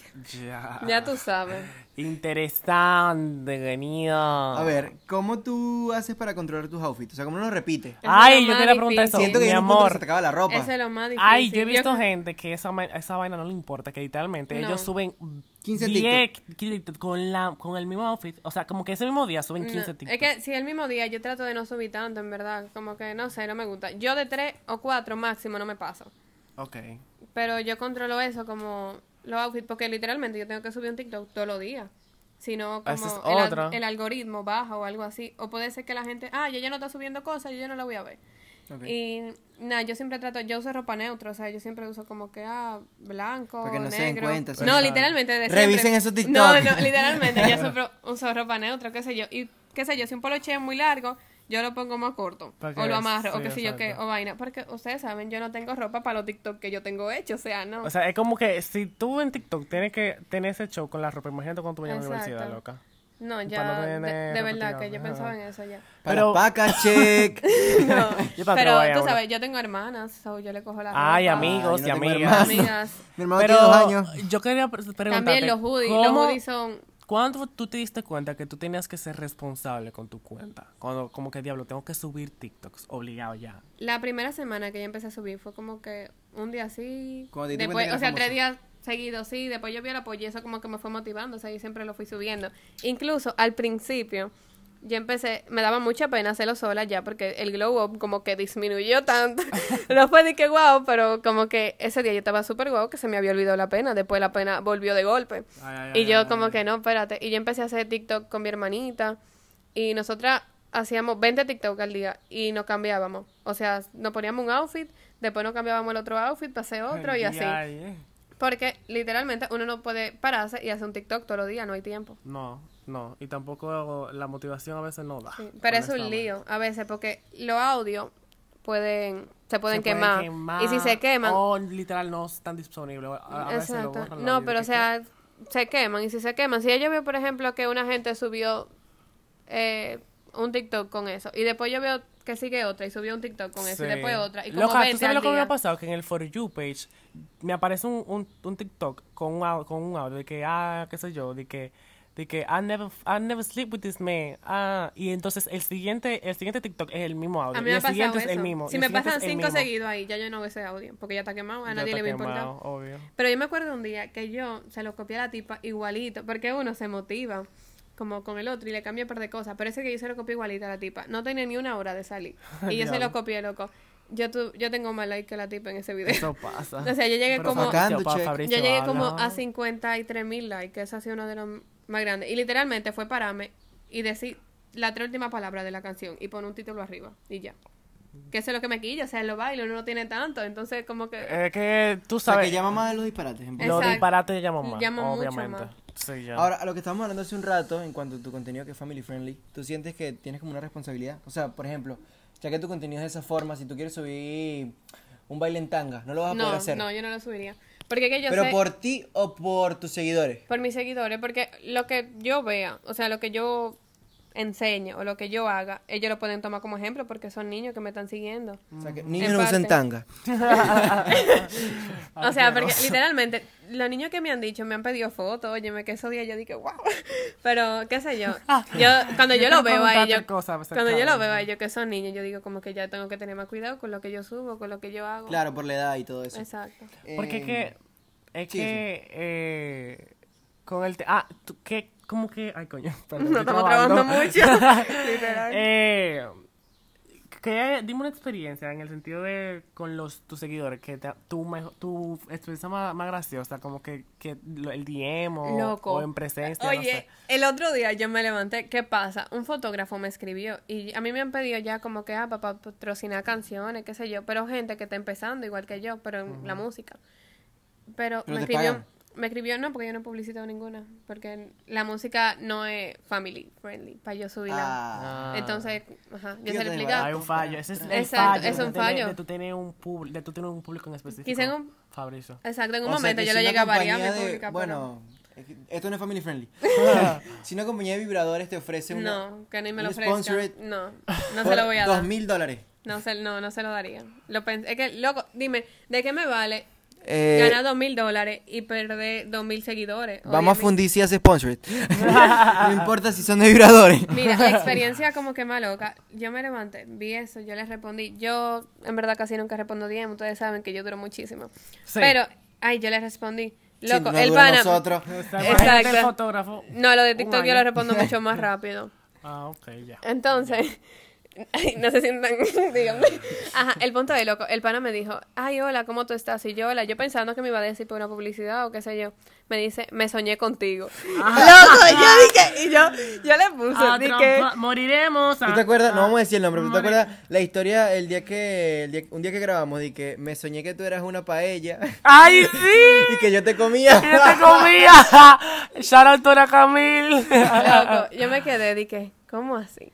[SPEAKER 3] Ya.
[SPEAKER 5] Ya tú sabes.
[SPEAKER 3] Interesante, genial.
[SPEAKER 4] A ver, ¿cómo tú haces para controlar tus outfits? O sea, ¿cómo no lo repites?
[SPEAKER 5] Es
[SPEAKER 3] Ay,
[SPEAKER 5] lo
[SPEAKER 3] yo
[SPEAKER 5] más
[SPEAKER 3] te la pregunta eso.
[SPEAKER 5] difícil.
[SPEAKER 4] Siento que
[SPEAKER 3] mi
[SPEAKER 4] llega un punto que se
[SPEAKER 3] amor.
[SPEAKER 4] te acaba la ropa.
[SPEAKER 5] Eso es lo más difícil.
[SPEAKER 3] Ay, yo he visto
[SPEAKER 5] creo-
[SPEAKER 3] gente que esa, ma- esa vaina no le importa, que literalmente
[SPEAKER 5] No.
[SPEAKER 3] ellos suben
[SPEAKER 4] 15
[SPEAKER 3] TikTok con, la, con el mismo outfit. O sea, como que ese mismo día suben 15
[SPEAKER 5] No,
[SPEAKER 3] TikTok.
[SPEAKER 5] es que si el mismo día yo trato de no subir tanto, en verdad, como que no sé, no me gusta. Yo de tres o cuatro máximo no me paso.
[SPEAKER 3] Ok.
[SPEAKER 5] Pero yo controlo eso como los outfits, porque literalmente yo tengo que subir un TikTok todos los días. Sino como
[SPEAKER 3] Esa es
[SPEAKER 5] el, al-
[SPEAKER 3] otra.
[SPEAKER 5] el algoritmo baja o algo así. O puede ser que la gente, ah, ya ya no está subiendo cosas, yo ya no la voy a ver.
[SPEAKER 4] Ok.
[SPEAKER 5] Y nada, yo siempre trato, yo uso ropa neutra, o sea, yo siempre uso como que ah, blanco,
[SPEAKER 4] Para que no se den
[SPEAKER 5] negro.
[SPEAKER 4] cuenta, sí,
[SPEAKER 5] no,
[SPEAKER 4] saben.
[SPEAKER 5] literalmente de
[SPEAKER 4] Revisen
[SPEAKER 5] siempre.
[SPEAKER 4] esos TikTok.
[SPEAKER 5] No, no, literalmente,
[SPEAKER 4] [LAUGHS]
[SPEAKER 5] yo siempre uso ropa neutra, qué sé yo. Y qué sé yo, si un poloche es muy largo, yo lo pongo más corto.
[SPEAKER 3] Para que
[SPEAKER 5] O lo
[SPEAKER 3] veas,
[SPEAKER 5] amarro,
[SPEAKER 3] sí,
[SPEAKER 5] o qué sé yo qué,
[SPEAKER 3] exacto.
[SPEAKER 5] o vaina. Porque ustedes saben, yo no tengo ropa para los TikTok que yo tengo hecho, o sea, no.
[SPEAKER 3] O sea, es como que si tú en TikTok tienes que tener ese show con la ropa, imagínate cuando tú vayas a la
[SPEAKER 5] Exacto.
[SPEAKER 3] universidad, loca.
[SPEAKER 5] No,
[SPEAKER 3] no
[SPEAKER 5] ya, de- de,
[SPEAKER 3] tener
[SPEAKER 5] verdad
[SPEAKER 3] repetido.
[SPEAKER 5] que yo pensaba en
[SPEAKER 4] [LAUGHS]
[SPEAKER 5] eso ya.
[SPEAKER 4] Para
[SPEAKER 3] Pero- [LAUGHS]
[SPEAKER 4] paca, check.
[SPEAKER 5] No,
[SPEAKER 3] Yo para
[SPEAKER 5] pero
[SPEAKER 3] probar
[SPEAKER 5] tú
[SPEAKER 3] ahora.
[SPEAKER 5] sabes, yo tengo hermanas, so yo le cojo la
[SPEAKER 3] Ay,
[SPEAKER 5] ropa.
[SPEAKER 3] amigos
[SPEAKER 4] Ay,
[SPEAKER 3] y
[SPEAKER 4] yo no tengo
[SPEAKER 3] amigas.
[SPEAKER 4] hermano.
[SPEAKER 5] Amigas.
[SPEAKER 4] Mi hermano
[SPEAKER 3] Pero
[SPEAKER 4] tiene dos años.
[SPEAKER 3] yo quería pre- preguntarte.
[SPEAKER 5] También los hoodies, los
[SPEAKER 3] ¿cómo-
[SPEAKER 5] hoodies son...
[SPEAKER 3] ¿Cuándo tú te diste cuenta que tú tenías que ser responsable con tu cuenta? Cuando, como que diablo, tengo que subir TikToks, obligado ya.
[SPEAKER 5] La primera semana que yo empecé a subir fue como que un día sí,
[SPEAKER 4] Cuando te diste cuenta
[SPEAKER 5] después,
[SPEAKER 4] que
[SPEAKER 5] o sea,
[SPEAKER 4] eras
[SPEAKER 5] tres
[SPEAKER 4] famosa.
[SPEAKER 5] días seguidos sí, después yo vi el apoyo y eso como que me fue motivando, o sea, yo siempre lo fui subiendo. Incluso al principio yo empecé, me daba mucha pena hacerlo sola ya porque el glow up como que disminuyó
[SPEAKER 4] [LAUGHS]
[SPEAKER 5] tanto. no fue de que guau, pero como que ese día yo estaba súper guau que se me había olvidado la pena, después la pena volvió de golpe.
[SPEAKER 3] Ay, ay,
[SPEAKER 5] Y
[SPEAKER 3] ay, ay,
[SPEAKER 5] yo como
[SPEAKER 3] ay.
[SPEAKER 5] que no, espérate. Y yo empecé a hacer TikTok con mi hermanita. Y nosotras hacíamos 20 TikTok al día y nos cambiábamos. O sea, nos poníamos un outfit, después nos cambiábamos el otro outfit, pasé otro y así.
[SPEAKER 3] Ay, eh.
[SPEAKER 5] Porque literalmente uno no puede pararse y hacer un TikTok todos los días, no hay tiempo.
[SPEAKER 3] No, no. Y tampoco la motivación a veces no da.
[SPEAKER 5] Sí, Pero es un
[SPEAKER 3] honestamente.
[SPEAKER 5] lío a veces porque los audios pueden, se pueden
[SPEAKER 3] Se
[SPEAKER 5] quemar. Y si se queman,
[SPEAKER 3] Oh, literal, no están disponibles. A, a veces lo
[SPEAKER 5] Exacto.
[SPEAKER 3] borran,
[SPEAKER 5] No,
[SPEAKER 3] yo
[SPEAKER 5] pero o
[SPEAKER 3] que-
[SPEAKER 5] sea, se queman. Y si se queman, si yo veo, por ejemplo, que una gente subió eh, un TikTok con eso, y después yo veo que sigue otra y subió un TikTok con eso, y
[SPEAKER 3] Sí.
[SPEAKER 5] después otra, y como
[SPEAKER 3] Loca, ¿tú
[SPEAKER 5] 20
[SPEAKER 3] sabes
[SPEAKER 5] al
[SPEAKER 3] lo que me
[SPEAKER 5] día.
[SPEAKER 3] ha pasado? Que en el For You page me aparece un, un, un TikTok con un, au- con un audio de que, ah, qué sé yo, de que De que I never, I never sleep with this man. Ah, y entonces el siguiente, el siguiente TikTok es el mismo audio.
[SPEAKER 5] A mí
[SPEAKER 3] y
[SPEAKER 5] me ha
[SPEAKER 3] el
[SPEAKER 5] pasado
[SPEAKER 3] siguiente
[SPEAKER 5] eso.
[SPEAKER 3] es el mismo. y
[SPEAKER 5] si
[SPEAKER 3] el
[SPEAKER 5] me
[SPEAKER 3] siguiente
[SPEAKER 5] pasan
[SPEAKER 3] es el
[SPEAKER 5] cinco
[SPEAKER 3] mismo.
[SPEAKER 5] seguidos ahí, ya yo no veo ese audio, porque ya está quemado, a
[SPEAKER 3] Ya
[SPEAKER 5] nadie
[SPEAKER 3] está
[SPEAKER 5] le va a importar.
[SPEAKER 3] quemado, Obvio.
[SPEAKER 5] Pero yo me acuerdo un día que yo se lo copié a la tipa igualito, porque uno se motiva como con el otro y le cambia un par de cosas, pero ese que yo se lo copié igualito a la tipa, no tenía ni una hora
[SPEAKER 3] [LAUGHS]
[SPEAKER 5] de salir. Y yo se
[SPEAKER 3] Diablo.
[SPEAKER 5] lo copié, loco. Yo, tu- yo tengo más like que la tipa en ese video.
[SPEAKER 3] Eso pasa.
[SPEAKER 5] O sea, [LAUGHS] yo llegué
[SPEAKER 3] Pero
[SPEAKER 5] como-
[SPEAKER 4] Sacando,
[SPEAKER 3] pa-
[SPEAKER 4] check.
[SPEAKER 5] Yo
[SPEAKER 3] Fabricio
[SPEAKER 5] llegué
[SPEAKER 3] habla.
[SPEAKER 5] como a 53 mil likes, que eso ha sido uno de los más grandes. Y literalmente fue pararme y decir la tres últimas palabras de la canción y poner un título arriba y ya. Que eso es lo que me quilla, o sea, lo bailo, no lo tiene tanto, entonces como que...
[SPEAKER 3] Es que tú
[SPEAKER 4] O sea,
[SPEAKER 3] sabes.
[SPEAKER 4] que llama más de los disparates. en
[SPEAKER 5] Es-
[SPEAKER 3] Los
[SPEAKER 5] Exacto.
[SPEAKER 3] disparates llaman más.
[SPEAKER 5] Llaman mucho
[SPEAKER 3] obviamente.
[SPEAKER 5] más.
[SPEAKER 3] Sí, ya.
[SPEAKER 4] Ahora, a lo que estábamos hablando hace un rato, en cuanto a tu contenido que es family friendly, ¿tú sientes que tienes como una responsabilidad? O sea, por ejemplo, ya que tu contenido es de esa forma, si tú quieres subir un baile en tanga, no lo vas a poder
[SPEAKER 5] No,
[SPEAKER 4] hacer.
[SPEAKER 5] no, yo no lo subiría. Porque es que yo
[SPEAKER 4] Pero
[SPEAKER 5] sé...
[SPEAKER 4] por ti o por tus seguidores.
[SPEAKER 5] Por mis seguidores, porque lo que yo vea, o sea, lo que yo enseñe o lo que yo haga, ellos lo pueden tomar como ejemplo porque son niños que me están siguiendo.
[SPEAKER 4] O sea, que
[SPEAKER 3] Mm.
[SPEAKER 4] niños
[SPEAKER 5] En
[SPEAKER 4] no usan
[SPEAKER 5] parte.
[SPEAKER 4] tanga.
[SPEAKER 3] Ah,
[SPEAKER 5] O sea, porque literalmente, los niños que me han dicho, me han pedido fotos, óyeme, que esos días yo dije, wow. Pero, qué sé yo, yo cuando
[SPEAKER 3] Ah, Yo
[SPEAKER 5] yo lo
[SPEAKER 3] quiero
[SPEAKER 5] veo a
[SPEAKER 3] preguntarte
[SPEAKER 5] ellos,
[SPEAKER 3] cosas pues, acerca
[SPEAKER 5] cuando yo
[SPEAKER 3] de-
[SPEAKER 5] lo veo a ellos que son niños, yo digo como que ya tengo que tener más cuidado con lo que yo subo, con lo que yo hago.
[SPEAKER 4] Claro, por la edad y todo eso.
[SPEAKER 5] Exacto.
[SPEAKER 3] Porque es
[SPEAKER 4] Eh,
[SPEAKER 3] que. Es
[SPEAKER 4] sí,
[SPEAKER 3] que. eh, con el. te- ah, tú, que. Como que. Ay,
[SPEAKER 5] [LAUGHS]
[SPEAKER 3] coño. Perdón,
[SPEAKER 5] No
[SPEAKER 3] estoy
[SPEAKER 5] estamos trabajando mucho.
[SPEAKER 3] [LAUGHS]
[SPEAKER 5] Literal.
[SPEAKER 3] eh, que, dime una experiencia en el sentido de. Con los tus seguidores. Que te, tu, mejo- tu experiencia más, más graciosa. Como que, que lo- el DM o,
[SPEAKER 5] Loco.
[SPEAKER 3] o en
[SPEAKER 4] Este,
[SPEAKER 3] presencia. no
[SPEAKER 5] Oye,
[SPEAKER 3] sé.
[SPEAKER 5] el otro día yo me levanté, ¿qué pasa? Un fotógrafo me escribió y a mí me han pedido ya como que, ah, para patrocinar canciones, qué sé yo, pero gente que está empezando igual que yo, pero en la música. Pero,
[SPEAKER 4] Pero
[SPEAKER 5] me
[SPEAKER 4] te
[SPEAKER 5] escribió,
[SPEAKER 4] pagan.
[SPEAKER 5] me escribió, no, porque yo no publicito ninguna, porque la música no es family friendly, para yo subirla.
[SPEAKER 4] Ah.
[SPEAKER 3] Ah.
[SPEAKER 5] Entonces, ajá, yo se
[SPEAKER 4] Fíjate,
[SPEAKER 5] lo
[SPEAKER 3] Hay
[SPEAKER 5] explicaba.
[SPEAKER 3] un fallo. Ese es el
[SPEAKER 5] Exacto,
[SPEAKER 3] fallo.
[SPEAKER 5] es
[SPEAKER 3] de
[SPEAKER 5] un
[SPEAKER 3] tener-
[SPEAKER 5] fallo.
[SPEAKER 3] De tú tener un, pub- de tú tener un público en específico.
[SPEAKER 5] Quizá en un-
[SPEAKER 3] Fabrizio.
[SPEAKER 5] Exacto, en un
[SPEAKER 4] O sea,
[SPEAKER 5] momento
[SPEAKER 4] que
[SPEAKER 5] yo
[SPEAKER 4] si
[SPEAKER 5] lo
[SPEAKER 4] una
[SPEAKER 5] llegué a variar
[SPEAKER 4] compañía
[SPEAKER 5] mi
[SPEAKER 4] de-
[SPEAKER 5] pública, pero
[SPEAKER 4] Bueno, es que esto no es family
[SPEAKER 5] [LAUGHS]
[SPEAKER 4] friendly. [LAUGHS] si una compañía de vibradores te ofrece una,
[SPEAKER 5] no, que ni me lo
[SPEAKER 4] un
[SPEAKER 5] ofrezcan.
[SPEAKER 4] sponsored [LAUGHS]
[SPEAKER 5] No, no se lo voy a dar.
[SPEAKER 4] Dos mil dólares.
[SPEAKER 5] No se, no, no se lo daría. Lo pen- es que, loco, dime, ¿de qué me vale
[SPEAKER 4] Eh,
[SPEAKER 5] ganar dos mil dólares y perder dos mil seguidores? O
[SPEAKER 4] Vamos a
[SPEAKER 5] diez mil.
[SPEAKER 4] fundir si hace
[SPEAKER 5] [LAUGHS]
[SPEAKER 4] sponsored. [LAUGHS] no importa si son de vibradores.
[SPEAKER 5] Mira,
[SPEAKER 4] [LAUGHS]
[SPEAKER 5] la experiencia como que más loca. Yo me levanté, vi eso, yo les respondí. Yo, en verdad, casi nunca respondo DM. Ustedes saben que yo duro muchísimo.
[SPEAKER 3] Sí.
[SPEAKER 5] Pero, ay, yo les respondí. Loco,
[SPEAKER 4] Si no
[SPEAKER 5] el
[SPEAKER 4] dura
[SPEAKER 5] pana.
[SPEAKER 4] nosotros.
[SPEAKER 5] Exacto.
[SPEAKER 3] El fotógrafo.
[SPEAKER 5] No, lo de
[SPEAKER 3] Un
[SPEAKER 5] TikTok
[SPEAKER 3] año.
[SPEAKER 5] yo lo respondo
[SPEAKER 3] [LAUGHS]
[SPEAKER 5] mucho más rápido.
[SPEAKER 3] Ah, ok, ya.
[SPEAKER 5] Eh, Entonces, [LAUGHS] ay, no se sientan, [LAUGHS] díganme. Ajá, el punto de loco, el pana me dijo, ay, hola, ¿cómo tú estás? Y yo, hola, yo pensando que me iba a decir por una publicidad o qué sé yo, me dice, me soñé contigo. Loco,
[SPEAKER 4] Ah.
[SPEAKER 5] y yo dije, y yo, yo le puse,
[SPEAKER 3] Ah,
[SPEAKER 5] dije,
[SPEAKER 3] trampa, moriremos.
[SPEAKER 4] ¿Tú
[SPEAKER 3] ah,
[SPEAKER 4] te acuerdas? No
[SPEAKER 3] ah,
[SPEAKER 4] vamos a decir el nombre, pero ¿tú te
[SPEAKER 3] morir-
[SPEAKER 4] acuerdas la historia el día que el día- un día que grabamos y que me soñé que tú eras una paella [LAUGHS]
[SPEAKER 3] ¡Ay, sí!
[SPEAKER 4] y que yo te
[SPEAKER 5] [LAUGHS]
[SPEAKER 4] comía?
[SPEAKER 3] ¡Yo te
[SPEAKER 4] [LAUGHS]
[SPEAKER 3] comía! [LAUGHS] Shout out Tora Camil.
[SPEAKER 5] loco, yo me quedé, dije, ¿cómo así?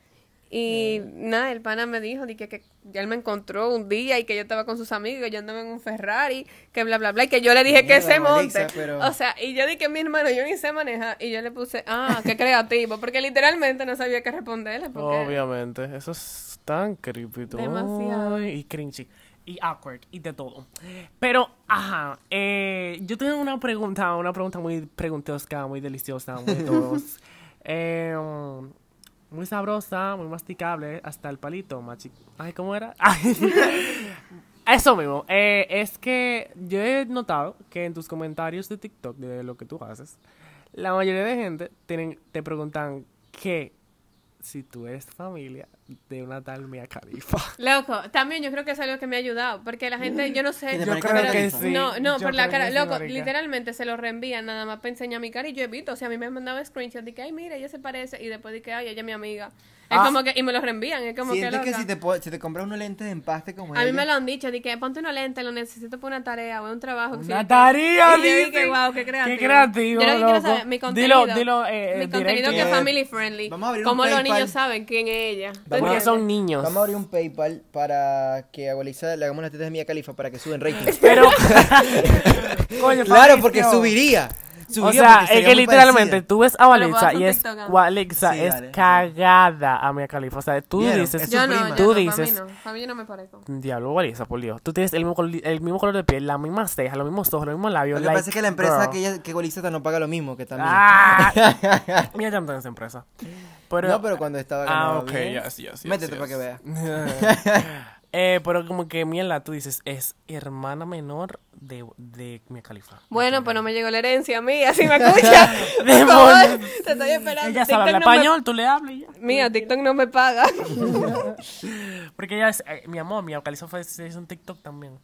[SPEAKER 5] Y nada, el pana me dijo dije, que él me encontró un día y que yo estaba con sus amigos, yo andaba en un Ferrari, que bla, bla, bla, y que yo le dije que
[SPEAKER 4] Mierda,
[SPEAKER 5] se monte.
[SPEAKER 4] Marisa, pero-
[SPEAKER 5] O sea, y yo dije, mi hermano, yo ni sé manejar. Y yo le puse, ah, qué creativo, porque literalmente no sabía qué responderle. [LAUGHS] Porque...
[SPEAKER 3] Obviamente, eso es tan creepy. tú.
[SPEAKER 5] Demasiado.
[SPEAKER 3] Ay, Y cringy. Y awkward. Y de todo. Pero, ajá. eh, yo tengo una pregunta, una pregunta muy preguntosca, muy deliciosa, muy de
[SPEAKER 5] [LAUGHS]
[SPEAKER 3] todos. Eh, muy sabrosa, muy masticable, hasta el palito, machi. Ay, ¿cómo era? [LAUGHS] Ay. Eso mismo. Eh, es que yo he notado que en tus comentarios de TikTok, de lo que tú haces, la mayoría de gente tienen, te preguntan que si tú eres familia de una tal Mia
[SPEAKER 5] [LAUGHS]
[SPEAKER 3] Khalifa. [LAUGHS]
[SPEAKER 5] Loco, también yo creo que es aleo que me ha ayudado, porque la gente, yo no sé.
[SPEAKER 4] Que te
[SPEAKER 3] Yo
[SPEAKER 4] parezca
[SPEAKER 3] creo
[SPEAKER 4] una
[SPEAKER 3] que
[SPEAKER 4] tarifa.
[SPEAKER 3] sí.
[SPEAKER 5] No, no,
[SPEAKER 3] yo
[SPEAKER 5] por la
[SPEAKER 3] creo
[SPEAKER 5] cara,
[SPEAKER 3] que sí,
[SPEAKER 5] loco,
[SPEAKER 3] marica.
[SPEAKER 5] literalmente se lo reenvían nada más para enseñar mi cara y yo evito, o sea, a mí me han mandado screenshot de que, ay, mira, ella se parece, y después de que, ay, ella es mi amiga. Es
[SPEAKER 3] Ah.
[SPEAKER 5] como que, y me lo reenvían, es como que,
[SPEAKER 4] Sientes que
[SPEAKER 5] loca.
[SPEAKER 4] si te, po- si te compras unos lentes de empaste como
[SPEAKER 5] A mí
[SPEAKER 4] ella,
[SPEAKER 5] me lo han dicho, de que ponte una lente, lo necesito para una tarea o un trabajo. que sí.
[SPEAKER 3] Una tarea,
[SPEAKER 5] Y yo dije,
[SPEAKER 3] dice.
[SPEAKER 5] guau, qué creativo.
[SPEAKER 3] Qué creativo,
[SPEAKER 5] Yo lo que quiero
[SPEAKER 3] loco.
[SPEAKER 5] saber, mi
[SPEAKER 3] Dilo-
[SPEAKER 5] contenido.
[SPEAKER 3] dilo, eh,
[SPEAKER 5] mi
[SPEAKER 3] eh,
[SPEAKER 5] contenido que
[SPEAKER 3] directo.
[SPEAKER 5] es family friendly.
[SPEAKER 4] Vamos a abrir un
[SPEAKER 5] Cómo los
[SPEAKER 4] PayPal.
[SPEAKER 5] niños saben quién es ella. ¿Tú
[SPEAKER 4] Vamos
[SPEAKER 3] Porque
[SPEAKER 5] entiendes?
[SPEAKER 3] son niños.
[SPEAKER 4] Vamos a [LAUGHS] abrir un PayPal para que a Walisa le hagamos las tetas de Mia Califa para que suben rating.
[SPEAKER 3] Pero. [LAUGHS] Coño,
[SPEAKER 4] claro,
[SPEAKER 3] Fabricio.
[SPEAKER 4] porque subiría.
[SPEAKER 3] O
[SPEAKER 4] Subiría
[SPEAKER 3] sea,
[SPEAKER 4] porque
[SPEAKER 3] es
[SPEAKER 4] sería
[SPEAKER 3] que
[SPEAKER 4] muy
[SPEAKER 3] literalmente
[SPEAKER 4] parecida.
[SPEAKER 3] tú ves a
[SPEAKER 5] Pero voy a
[SPEAKER 3] Walixa
[SPEAKER 5] hacer
[SPEAKER 3] y es
[SPEAKER 5] TikTok, ¿no?
[SPEAKER 3] Walixa
[SPEAKER 4] Sí,
[SPEAKER 3] es
[SPEAKER 4] dale, dale.
[SPEAKER 3] cagada a Mia Khalifa. O sea, tú
[SPEAKER 4] ¿Vieron?
[SPEAKER 3] dices,
[SPEAKER 4] Es
[SPEAKER 5] Yo
[SPEAKER 4] su
[SPEAKER 5] no,
[SPEAKER 4] prima.
[SPEAKER 5] yo
[SPEAKER 3] Tú
[SPEAKER 5] no,
[SPEAKER 3] dices-
[SPEAKER 5] para mí no, para mí no me parezco.
[SPEAKER 3] diablo Walixa, por Dios. Tú tienes el mismo, col- el mismo color de piel, la misma ceja, los mismos ojos, los mismos labios.
[SPEAKER 4] Lo que
[SPEAKER 3] like,
[SPEAKER 4] pasa es que la empresa
[SPEAKER 3] girl.
[SPEAKER 4] que, ella, que Golizata no paga lo mismo que también.
[SPEAKER 3] Ah. [LAUGHS] Mira, ya no tengo esa empresa.
[SPEAKER 5] Mm.
[SPEAKER 3] Pero,
[SPEAKER 4] [LAUGHS] no, pero cuando estaba
[SPEAKER 3] Ah,
[SPEAKER 4] ganando
[SPEAKER 3] ok,
[SPEAKER 4] bien.
[SPEAKER 3] yes, yes, yes,
[SPEAKER 4] Métete
[SPEAKER 3] yes.
[SPEAKER 4] para que veas.
[SPEAKER 3] [LAUGHS] eh, pero como que mierda, tú dices, es hermana menor de, de Mia Khalifa.
[SPEAKER 5] Bueno, pues no me llegó la herencia a mí, así me
[SPEAKER 3] [LAUGHS]
[SPEAKER 5] escucha. Por favor, te estoy esperando.
[SPEAKER 3] Ella sabe hablar
[SPEAKER 5] TikTok no me-
[SPEAKER 3] español, tú le hablas y ya.
[SPEAKER 5] Mía, TikTok no me
[SPEAKER 4] [LAUGHS]
[SPEAKER 5] paga.
[SPEAKER 3] Porque ella es, eh, mi amor, mi vocaliza fue se hizo un TikTok también.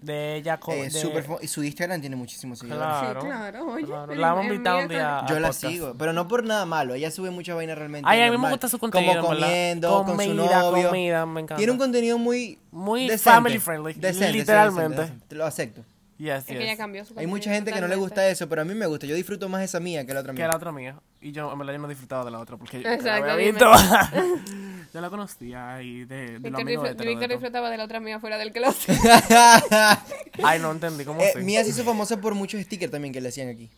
[SPEAKER 3] De ella con.
[SPEAKER 4] Eh,
[SPEAKER 3] de-
[SPEAKER 4] super fo- y su Instagram tiene muchísimos seguidores.
[SPEAKER 3] Claro,
[SPEAKER 5] Sí, claro, oye,
[SPEAKER 3] claro.
[SPEAKER 5] en-
[SPEAKER 3] La vamos a
[SPEAKER 5] en
[SPEAKER 3] invitar un
[SPEAKER 5] mi
[SPEAKER 3] día. a
[SPEAKER 4] Yo la
[SPEAKER 3] podcast.
[SPEAKER 4] sigo, pero no por nada malo. Ella sube mucha vaina realmente.
[SPEAKER 3] Ay, a mí me
[SPEAKER 4] normal.
[SPEAKER 3] gusta su contenido,
[SPEAKER 4] Como
[SPEAKER 3] en verdad.
[SPEAKER 4] comiendo, con su
[SPEAKER 3] Comida,
[SPEAKER 4] novio.
[SPEAKER 3] comida, me encanta.
[SPEAKER 4] Tiene un contenido muy.
[SPEAKER 3] Muy
[SPEAKER 4] decente,
[SPEAKER 3] family friendly,
[SPEAKER 4] decente, sí,
[SPEAKER 3] literalmente.
[SPEAKER 4] decente, decente. Te lo acepto.
[SPEAKER 3] Yes,
[SPEAKER 5] Es que ella
[SPEAKER 3] yes.
[SPEAKER 5] cambió su
[SPEAKER 4] Hay mucha
[SPEAKER 5] contenido
[SPEAKER 4] gente que no le gusta
[SPEAKER 5] totalmente.
[SPEAKER 4] eso, pero a mí me gusta. Yo disfruto más esa mía que la otra
[SPEAKER 3] Que
[SPEAKER 4] mía.
[SPEAKER 3] la otra mía. Y yo, en verdad, yo no disfrutaba de la otra porque yo
[SPEAKER 5] Exacto,
[SPEAKER 3] la había
[SPEAKER 5] dime.
[SPEAKER 3] visto. [LAUGHS] yo la conocía y de, de los
[SPEAKER 5] Víctor
[SPEAKER 3] amigos
[SPEAKER 5] disfr-
[SPEAKER 3] héteros de
[SPEAKER 5] Víctor
[SPEAKER 3] todo.
[SPEAKER 5] disfrutaba de la otra mía fuera del closet.
[SPEAKER 4] [LAUGHS]
[SPEAKER 3] Ay, no entendí, ¿cómo
[SPEAKER 4] Eh,
[SPEAKER 3] así?
[SPEAKER 4] Mía se hizo famosa por muchos stickers también que le hacían aquí.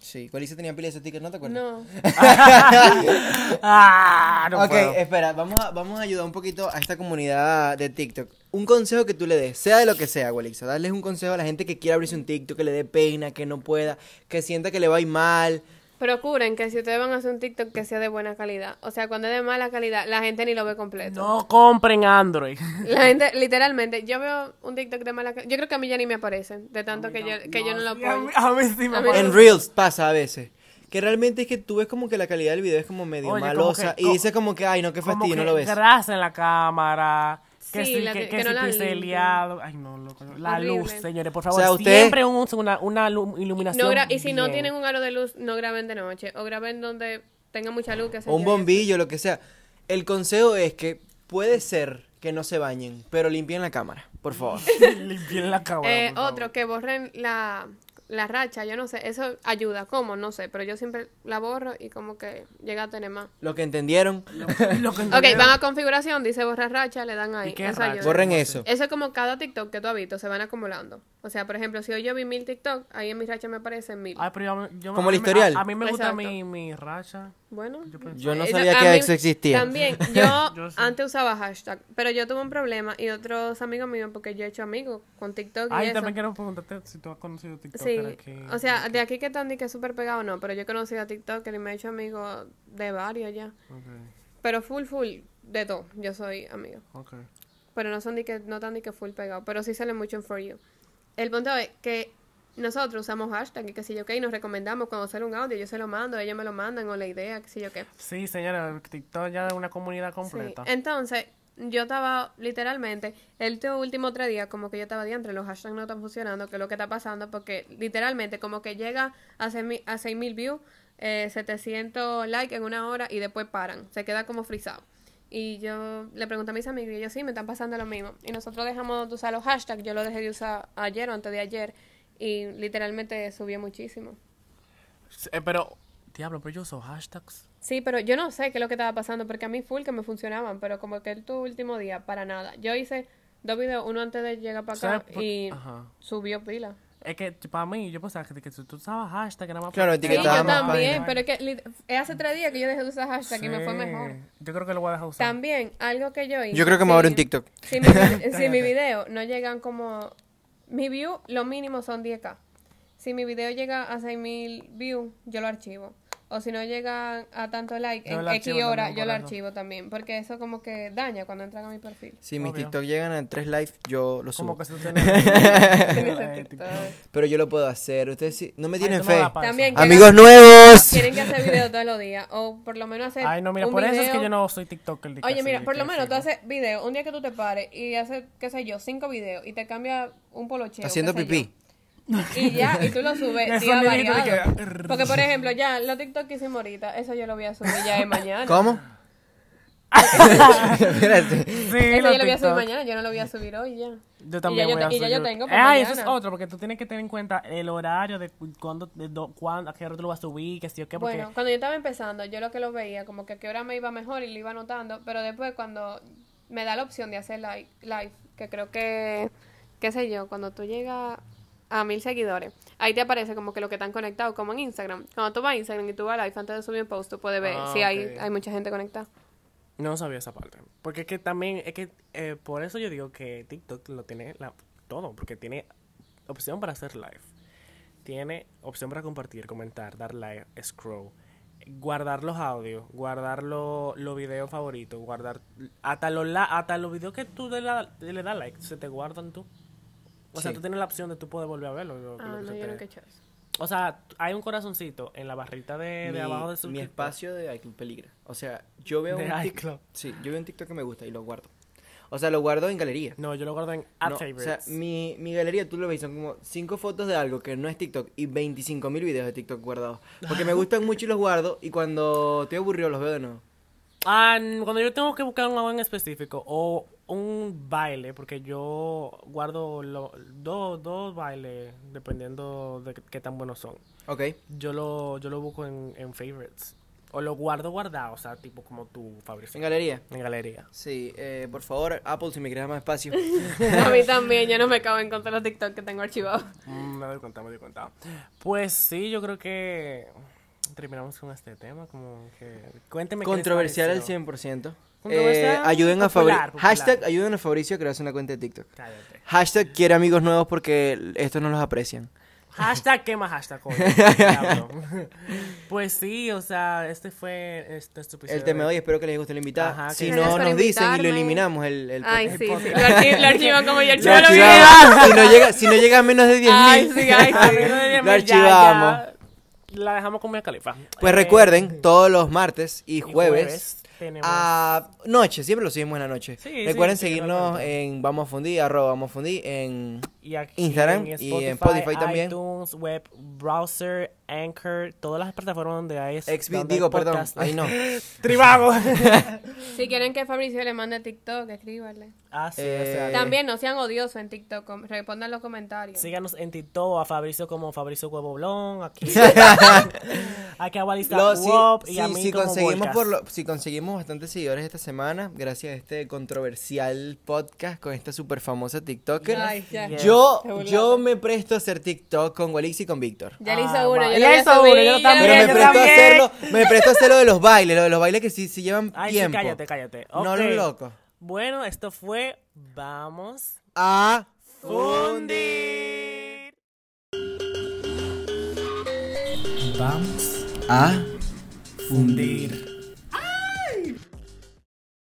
[SPEAKER 4] Sí, Colisa tenía pila de esos stickers, [LAUGHS] ¿no te acuerdas?
[SPEAKER 5] No.
[SPEAKER 3] [LAUGHS] Ah, no
[SPEAKER 4] ok,
[SPEAKER 3] puedo.
[SPEAKER 4] espera, vamos a, vamos a ayudar un poquito a esta comunidad de TikTok. Un consejo que tú le des, sea de lo que sea, Gualixa, darles un consejo a la gente que quiera abrirse un TikTok, que le dé pena, que no pueda, que sienta que le va a ir mal.
[SPEAKER 5] Procuren que si ustedes van a hacer un TikTok que sea de buena calidad. O sea, cuando es de mala calidad, la gente ni lo ve completo.
[SPEAKER 3] No compren Android.
[SPEAKER 5] La gente, literalmente, yo veo un TikTok de mala calidad. Yo creo que a mí ya ni me aparecen, de tanto que, yo, que yo no lo
[SPEAKER 3] Sí, a mí-
[SPEAKER 5] pongo.
[SPEAKER 3] A mí sí me
[SPEAKER 5] A mí
[SPEAKER 3] pasa.
[SPEAKER 5] sí.
[SPEAKER 4] En Reels pasa a veces. Que realmente es que tú ves como que la calidad del video es como medio
[SPEAKER 3] Oye, como
[SPEAKER 4] malosa
[SPEAKER 3] que-
[SPEAKER 4] y
[SPEAKER 3] co-
[SPEAKER 4] dices como que, ay, no, qué
[SPEAKER 3] Como
[SPEAKER 4] fastidio, no
[SPEAKER 3] que
[SPEAKER 4] lo ves.
[SPEAKER 3] grasa en la cámara. Que
[SPEAKER 5] Sí,
[SPEAKER 3] sí,
[SPEAKER 5] la
[SPEAKER 3] que,
[SPEAKER 5] que-
[SPEAKER 3] que
[SPEAKER 5] que no
[SPEAKER 3] sí
[SPEAKER 5] la
[SPEAKER 3] pixeleado. Ay, no, loco. La
[SPEAKER 5] Horrible.
[SPEAKER 3] luz, señores, por favor.
[SPEAKER 4] O sea, usted-
[SPEAKER 3] Siempre un, una, una lu- iluminación.
[SPEAKER 5] No gra- y si no
[SPEAKER 3] bien.
[SPEAKER 5] tienen un aro de luz, no graben de noche. O graben donde tenga mucha luz. Que se
[SPEAKER 4] O un
[SPEAKER 5] lleve.
[SPEAKER 4] bombillo, lo que sea. El consejo es que puede ser que no se bañen, pero limpien la cámara,
[SPEAKER 3] [LAUGHS]
[SPEAKER 4] por favor.
[SPEAKER 3] Limpien la cámara.
[SPEAKER 5] Eh,
[SPEAKER 3] Ah, por favor.
[SPEAKER 5] otro, que borren la, la racha. Yo no sé, eso ayuda. ¿Cómo? No sé, pero yo siempre la borro y como que llega a tener más.
[SPEAKER 4] Lo que entendieron,
[SPEAKER 3] Lo que
[SPEAKER 5] Ok, van a configuración, dice borrar racha, le dan ahí.
[SPEAKER 3] qué
[SPEAKER 5] Eso
[SPEAKER 3] racha?
[SPEAKER 5] ayuda.
[SPEAKER 4] borren eso.
[SPEAKER 5] Eso es como cada TikTok que tú has visto, se van acumulando. O sea, por ejemplo, si hoy yo vi mil TikTok, ahí en mi racha me aparecen mil.
[SPEAKER 3] Ay, pero yo- yo-
[SPEAKER 4] Como
[SPEAKER 3] a mí-
[SPEAKER 4] el historial.
[SPEAKER 3] A, a mí me gusta
[SPEAKER 5] Exacto.
[SPEAKER 3] mi, mi racha.
[SPEAKER 5] Bueno.
[SPEAKER 4] Yo no
[SPEAKER 5] Eh,
[SPEAKER 4] sabía
[SPEAKER 5] a
[SPEAKER 4] que
[SPEAKER 5] mí-
[SPEAKER 4] eso existía. [LAUGHS]
[SPEAKER 5] También, yo,
[SPEAKER 3] Yo sí.
[SPEAKER 5] antes usaba hashtag, pero yo tuve un problema y otros amigos míos, porque yo he hecho amigos con TikTok y
[SPEAKER 3] Ay,
[SPEAKER 5] eso.
[SPEAKER 3] también quiero preguntarte si tú has conocido TikTok.
[SPEAKER 5] Sí, o sea, de aquí que Tandy que es súper pegado, no, pero yo he conocido a TikTok y me he hecho amigo de varios ya. Pero full, full, de todo, yo soy amigo.
[SPEAKER 3] Ok, ok.
[SPEAKER 5] Pero no son ni que, no tan ni que full pegado, pero sí sale mucho en For You. El punto es que nosotros usamos hashtag y que si yo qué, y nos recomendamos cuando sale un audio, yo se lo mando, ellos me lo mandan o la idea, que si yo qué.
[SPEAKER 3] Sí, señora, TikTok ya es una comunidad
[SPEAKER 5] Sí,
[SPEAKER 3] completa.
[SPEAKER 5] Entonces, yo estaba literalmente, el último- último tres días, como que yo estaba diantre, los hashtags no están funcionando, que es lo que está pasando, porque literalmente como que llega a 6.000 a 6.000 views, eh, 700 likes en una hora y después paran, se queda como frisado. Y yo le pregunté a mis amigos y ellos sí, me están pasando lo mismo. Y nosotros dejamos de usar los hashtags, yo lo dejé de usar ayer o antes de ayer y literalmente subió muchísimo.
[SPEAKER 3] Eh, pero, diablo, pero yo uso hashtags.
[SPEAKER 5] Sí, pero yo no sé qué es lo que estaba pasando, porque a mí full que me funcionaban, pero como que el tu último día, para nada. Yo hice dos videos, uno antes de llegar para acá
[SPEAKER 3] ¿Sabes por-
[SPEAKER 5] y
[SPEAKER 3] Ajá.
[SPEAKER 5] subió pila.
[SPEAKER 3] Es que para mí, yo pensaba que, que tú tú usabas hashtag nada más.
[SPEAKER 4] Claro,
[SPEAKER 3] para-
[SPEAKER 5] Sí, yo
[SPEAKER 4] etiquetaba más
[SPEAKER 5] también,
[SPEAKER 4] páginas.
[SPEAKER 5] pero es que lit- es hace tres días que yo dejé de usar hashtag y me fue
[SPEAKER 3] Sí.
[SPEAKER 5] mejor.
[SPEAKER 3] Yo creo que lo voy a dejar usar.
[SPEAKER 5] También, algo que yo hice.
[SPEAKER 4] Yo creo que me
[SPEAKER 5] sí.
[SPEAKER 4] abro en TikTok.
[SPEAKER 5] Si mi,
[SPEAKER 3] [LAUGHS]
[SPEAKER 5] vi- si mi video no llegan como... Mi view, lo mínimo son 10k. Si mi video llega a 6000 views, yo lo archivo. O si no llega a tanto like
[SPEAKER 3] Yo
[SPEAKER 5] en
[SPEAKER 3] lo
[SPEAKER 5] X
[SPEAKER 3] archivo
[SPEAKER 5] hora,
[SPEAKER 3] también,
[SPEAKER 5] yo lo
[SPEAKER 3] correcto.
[SPEAKER 5] archivo también. Porque eso como que daña cuando entran a
[SPEAKER 3] [LAUGHS]
[SPEAKER 5] mi perfil.
[SPEAKER 4] Si mis
[SPEAKER 3] Obvio.
[SPEAKER 4] TikTok llegan a tres live, yo lo
[SPEAKER 3] Como
[SPEAKER 4] subo.
[SPEAKER 3] que
[SPEAKER 4] [LAUGHS]
[SPEAKER 3] si tú tienes- Eh,
[SPEAKER 5] TikTok.
[SPEAKER 4] Pero yo lo puedo hacer. Ustedes sí, no me tienen
[SPEAKER 3] tú no
[SPEAKER 4] fe.
[SPEAKER 3] la pasas.
[SPEAKER 5] También
[SPEAKER 4] [LAUGHS]
[SPEAKER 5] que
[SPEAKER 4] Amigos nuevos.
[SPEAKER 5] tienen que hacer video todos los días. O por lo menos hacer
[SPEAKER 3] Ay, no, mira,
[SPEAKER 5] un
[SPEAKER 3] por eso es
[SPEAKER 5] video.
[SPEAKER 3] que yo no soy TikToker. de que
[SPEAKER 5] Oye,
[SPEAKER 3] así,
[SPEAKER 5] mira, por lo
[SPEAKER 3] que
[SPEAKER 5] menos tú
[SPEAKER 3] sigo.
[SPEAKER 5] haces video, un día que tú te pares y haces, qué sé yo, cinco videos y te cambia un polocheo.
[SPEAKER 4] Haciendo
[SPEAKER 5] qué sé
[SPEAKER 4] pipí.
[SPEAKER 5] yo, Y ya, y tú lo subes,
[SPEAKER 3] Eso
[SPEAKER 5] día
[SPEAKER 3] me dijo de que-
[SPEAKER 5] variado. Porque, por ejemplo, ya, los TikTok que hicimos ahorita, eso yo lo voy a subir ya de
[SPEAKER 3] Ah, [LAUGHS]
[SPEAKER 5] mañana.
[SPEAKER 4] ¿Cómo? Espérate.
[SPEAKER 3] Sí,
[SPEAKER 5] Eso
[SPEAKER 3] los
[SPEAKER 5] yo lo voy a subir
[SPEAKER 3] TikTok.
[SPEAKER 5] mañana, yo no lo voy a subir hoy ya.
[SPEAKER 3] Yo también
[SPEAKER 5] y ya
[SPEAKER 3] voy
[SPEAKER 5] yo,
[SPEAKER 3] a
[SPEAKER 5] te- y ya
[SPEAKER 3] subir-
[SPEAKER 5] yo tengo para
[SPEAKER 3] Ah,
[SPEAKER 5] mañana.
[SPEAKER 3] eso es otro, porque tú tienes que tener en cuenta el horario de cu- cuándo, de do- cuándo a qué hora tú lo vas a subir, que sí o qué, porque...
[SPEAKER 5] Bueno, cuando yo estaba empezando, yo lo que lo veía, como que a qué hora me iba mejor y lo iba anotando, pero después cuando me da la opción de hacer live, live que creo que, qué sé yo, cuando tú llegas a mil seguidores, ahí te aparece como que los que están conectados, como en Instagram. Cuando tú vas a Instagram y tú vas a live antes de subir un post, tú puedes ver
[SPEAKER 4] Ah,
[SPEAKER 5] si hay,
[SPEAKER 4] ok.
[SPEAKER 5] hay mucha gente conectada.
[SPEAKER 3] No sabía esa parte. Porque es que también, es que eh, por eso yo digo que TikTok lo tiene la- todo, porque tiene opción para hacer live, tiene opción para compartir, comentar, dar like, scroll, guardar los audios, guardar lo- los videos favoritos, guardar hasta los, la- hasta los videos que tú le, da- le das like, se te guardan tú. O sea,
[SPEAKER 4] Sí.
[SPEAKER 3] tú tienes la opción de tú poder volver a verlo. lo- lo
[SPEAKER 5] Ah,
[SPEAKER 3] que
[SPEAKER 5] no,
[SPEAKER 3] se
[SPEAKER 5] yo
[SPEAKER 3] te-
[SPEAKER 5] nunca he hecho eso.
[SPEAKER 3] O sea, hay un corazoncito en la barrita Eh, de, de
[SPEAKER 4] mi,
[SPEAKER 3] abajo de
[SPEAKER 4] mi
[SPEAKER 3] suscriptor.
[SPEAKER 4] espacio de iCloud peligra. O sea, yo veo
[SPEAKER 3] De
[SPEAKER 4] un tic-
[SPEAKER 3] iCloud.
[SPEAKER 4] Sí, yo veo un TikTok que me gusta y lo guardo. O sea, lo guardo en galería.
[SPEAKER 3] No, yo lo guardo en Add
[SPEAKER 4] No, o
[SPEAKER 3] Favorites.
[SPEAKER 4] sea, mi, mi galería, tú lo ves, son como 5 fotos de algo que no es TikTok y 25 mil videos de TikTok guardados. Porque
[SPEAKER 3] [LAUGHS]
[SPEAKER 4] me gustan mucho y los guardo y cuando estoy aburrido los veo de nuevo.
[SPEAKER 3] Ah, n- cuando yo tengo que buscar un algo en específico o un baile, porque yo guardo lo- dos dos bailes dependiendo de qué tan buenos son.
[SPEAKER 4] Ok,
[SPEAKER 3] Yo lo, yo lo busco en, en favorites. O lo guardo guardado, o sea, tipo como tu favorito.
[SPEAKER 4] en galería.
[SPEAKER 3] En galería.
[SPEAKER 4] Sí, eh, por favor, Apple, si me creas
[SPEAKER 3] [LAUGHS]
[SPEAKER 4] más espacio.
[SPEAKER 5] A mí también, yo no me acabo de encontrar los TikTok que tengo archivados.
[SPEAKER 3] Mm, me doy cuenta, me doy cuenta. Pues sí, yo creo que terminamos con este tema. Como que. Cuénteme. qué les
[SPEAKER 4] Controversial al
[SPEAKER 3] pareció.
[SPEAKER 4] 100%.
[SPEAKER 3] Controversial,
[SPEAKER 4] Eh, ayuden a Fabricio.
[SPEAKER 3] popular, popular.
[SPEAKER 4] Hashtag ayuden a Fabricio a crearse una cuenta de TikTok.
[SPEAKER 3] Cállate.
[SPEAKER 4] Hashtag quiere amigos nuevos porque estos no los aprecian.
[SPEAKER 3] Hashtag quema hashtag, coño.
[SPEAKER 4] [LAUGHS]
[SPEAKER 3] Diablo. pues sí, o sea, este fue este, este episodio.
[SPEAKER 4] El tema de hoy, espero que les guste la invitada.
[SPEAKER 3] Ajá, que-
[SPEAKER 4] si
[SPEAKER 5] Gracias
[SPEAKER 4] no
[SPEAKER 5] por
[SPEAKER 4] nos dicen y
[SPEAKER 5] invitarme.
[SPEAKER 4] lo eliminamos el, el
[SPEAKER 5] Ay,
[SPEAKER 4] podcast.
[SPEAKER 5] sí, sí. Lo, archi- lo archivan como yo
[SPEAKER 4] Lo
[SPEAKER 5] archivo los videos.
[SPEAKER 4] archivamos. si, no llega, si no llega a menos de 10.000.
[SPEAKER 5] Ay, sí, ay,
[SPEAKER 3] A mí no me
[SPEAKER 4] [LAUGHS]
[SPEAKER 5] sí.
[SPEAKER 4] Lo
[SPEAKER 3] llamen, ya,
[SPEAKER 4] archivamos.
[SPEAKER 3] ya. la dejamos con mi califa.
[SPEAKER 4] Pues
[SPEAKER 3] Eh,
[SPEAKER 4] recuerden, todos los martes y
[SPEAKER 3] y
[SPEAKER 4] jueves,
[SPEAKER 3] tenemos
[SPEAKER 4] a noche, siempre lo subimos en la noche.
[SPEAKER 3] Sí,
[SPEAKER 4] recuerden
[SPEAKER 3] sí, sí,
[SPEAKER 4] seguirnos
[SPEAKER 3] realmente.
[SPEAKER 4] en Vamos a Fundir, arroba Vamos a Fundir, en
[SPEAKER 3] y aquí
[SPEAKER 4] Instagram y en Spotify también.
[SPEAKER 3] iTunes, web, browser, Anchor, todas las plataformas donde hay.
[SPEAKER 4] XB,
[SPEAKER 3] donde
[SPEAKER 4] digo,
[SPEAKER 3] hay
[SPEAKER 4] perdón,
[SPEAKER 3] podcast. [LAUGHS]
[SPEAKER 4] ahí no. [LAUGHS]
[SPEAKER 3] Tribago.
[SPEAKER 5] Si quieren que Fabricio le mande TikTok, escríbanle.
[SPEAKER 3] ah, sí,
[SPEAKER 4] Eh,
[SPEAKER 3] o sea,
[SPEAKER 4] Eh.
[SPEAKER 5] También no sean odiosos en TikTok, com- respondan los comentarios.
[SPEAKER 3] Síganos en TikTok a Fabricio como Fabricio Huevo Blon,
[SPEAKER 4] [LAUGHS]
[SPEAKER 3] aquí, aquí a Walista
[SPEAKER 4] Lo- si,
[SPEAKER 3] Wop y
[SPEAKER 4] sí,
[SPEAKER 3] a mí
[SPEAKER 4] si
[SPEAKER 3] como
[SPEAKER 4] conseguimos
[SPEAKER 3] Volcas.
[SPEAKER 4] por lo- si conseguimos bastantes seguidores esta semana, gracias a este controversial podcast con esta super famosa TikToker.
[SPEAKER 5] Ay, ya.
[SPEAKER 3] Yes.
[SPEAKER 4] Yo,
[SPEAKER 5] Te burlaste.
[SPEAKER 4] yo me presto a hacer TikTok con Walix y con Víctor.
[SPEAKER 5] Ya le
[SPEAKER 3] Ah,
[SPEAKER 5] hizo uno,
[SPEAKER 3] va.
[SPEAKER 5] yo
[SPEAKER 3] Ya
[SPEAKER 5] lo voy a
[SPEAKER 3] hizo uno,
[SPEAKER 5] subir,
[SPEAKER 3] yo
[SPEAKER 5] ya lo
[SPEAKER 4] Me,
[SPEAKER 5] voy a
[SPEAKER 3] también,
[SPEAKER 4] me
[SPEAKER 3] yo
[SPEAKER 5] subir.
[SPEAKER 4] presto a
[SPEAKER 3] también.
[SPEAKER 4] hacerlo, me presto a hacerlo de los bailes, lo de los bailes que sí, sí llevan
[SPEAKER 3] Ay, sí,
[SPEAKER 4] tiempo.
[SPEAKER 3] cállate, cállate.
[SPEAKER 4] No
[SPEAKER 3] Ok.
[SPEAKER 4] lo loco.
[SPEAKER 3] Bueno, esto fue Vamos
[SPEAKER 4] A
[SPEAKER 3] Fundir.
[SPEAKER 1] Vamos
[SPEAKER 4] A
[SPEAKER 1] fundir.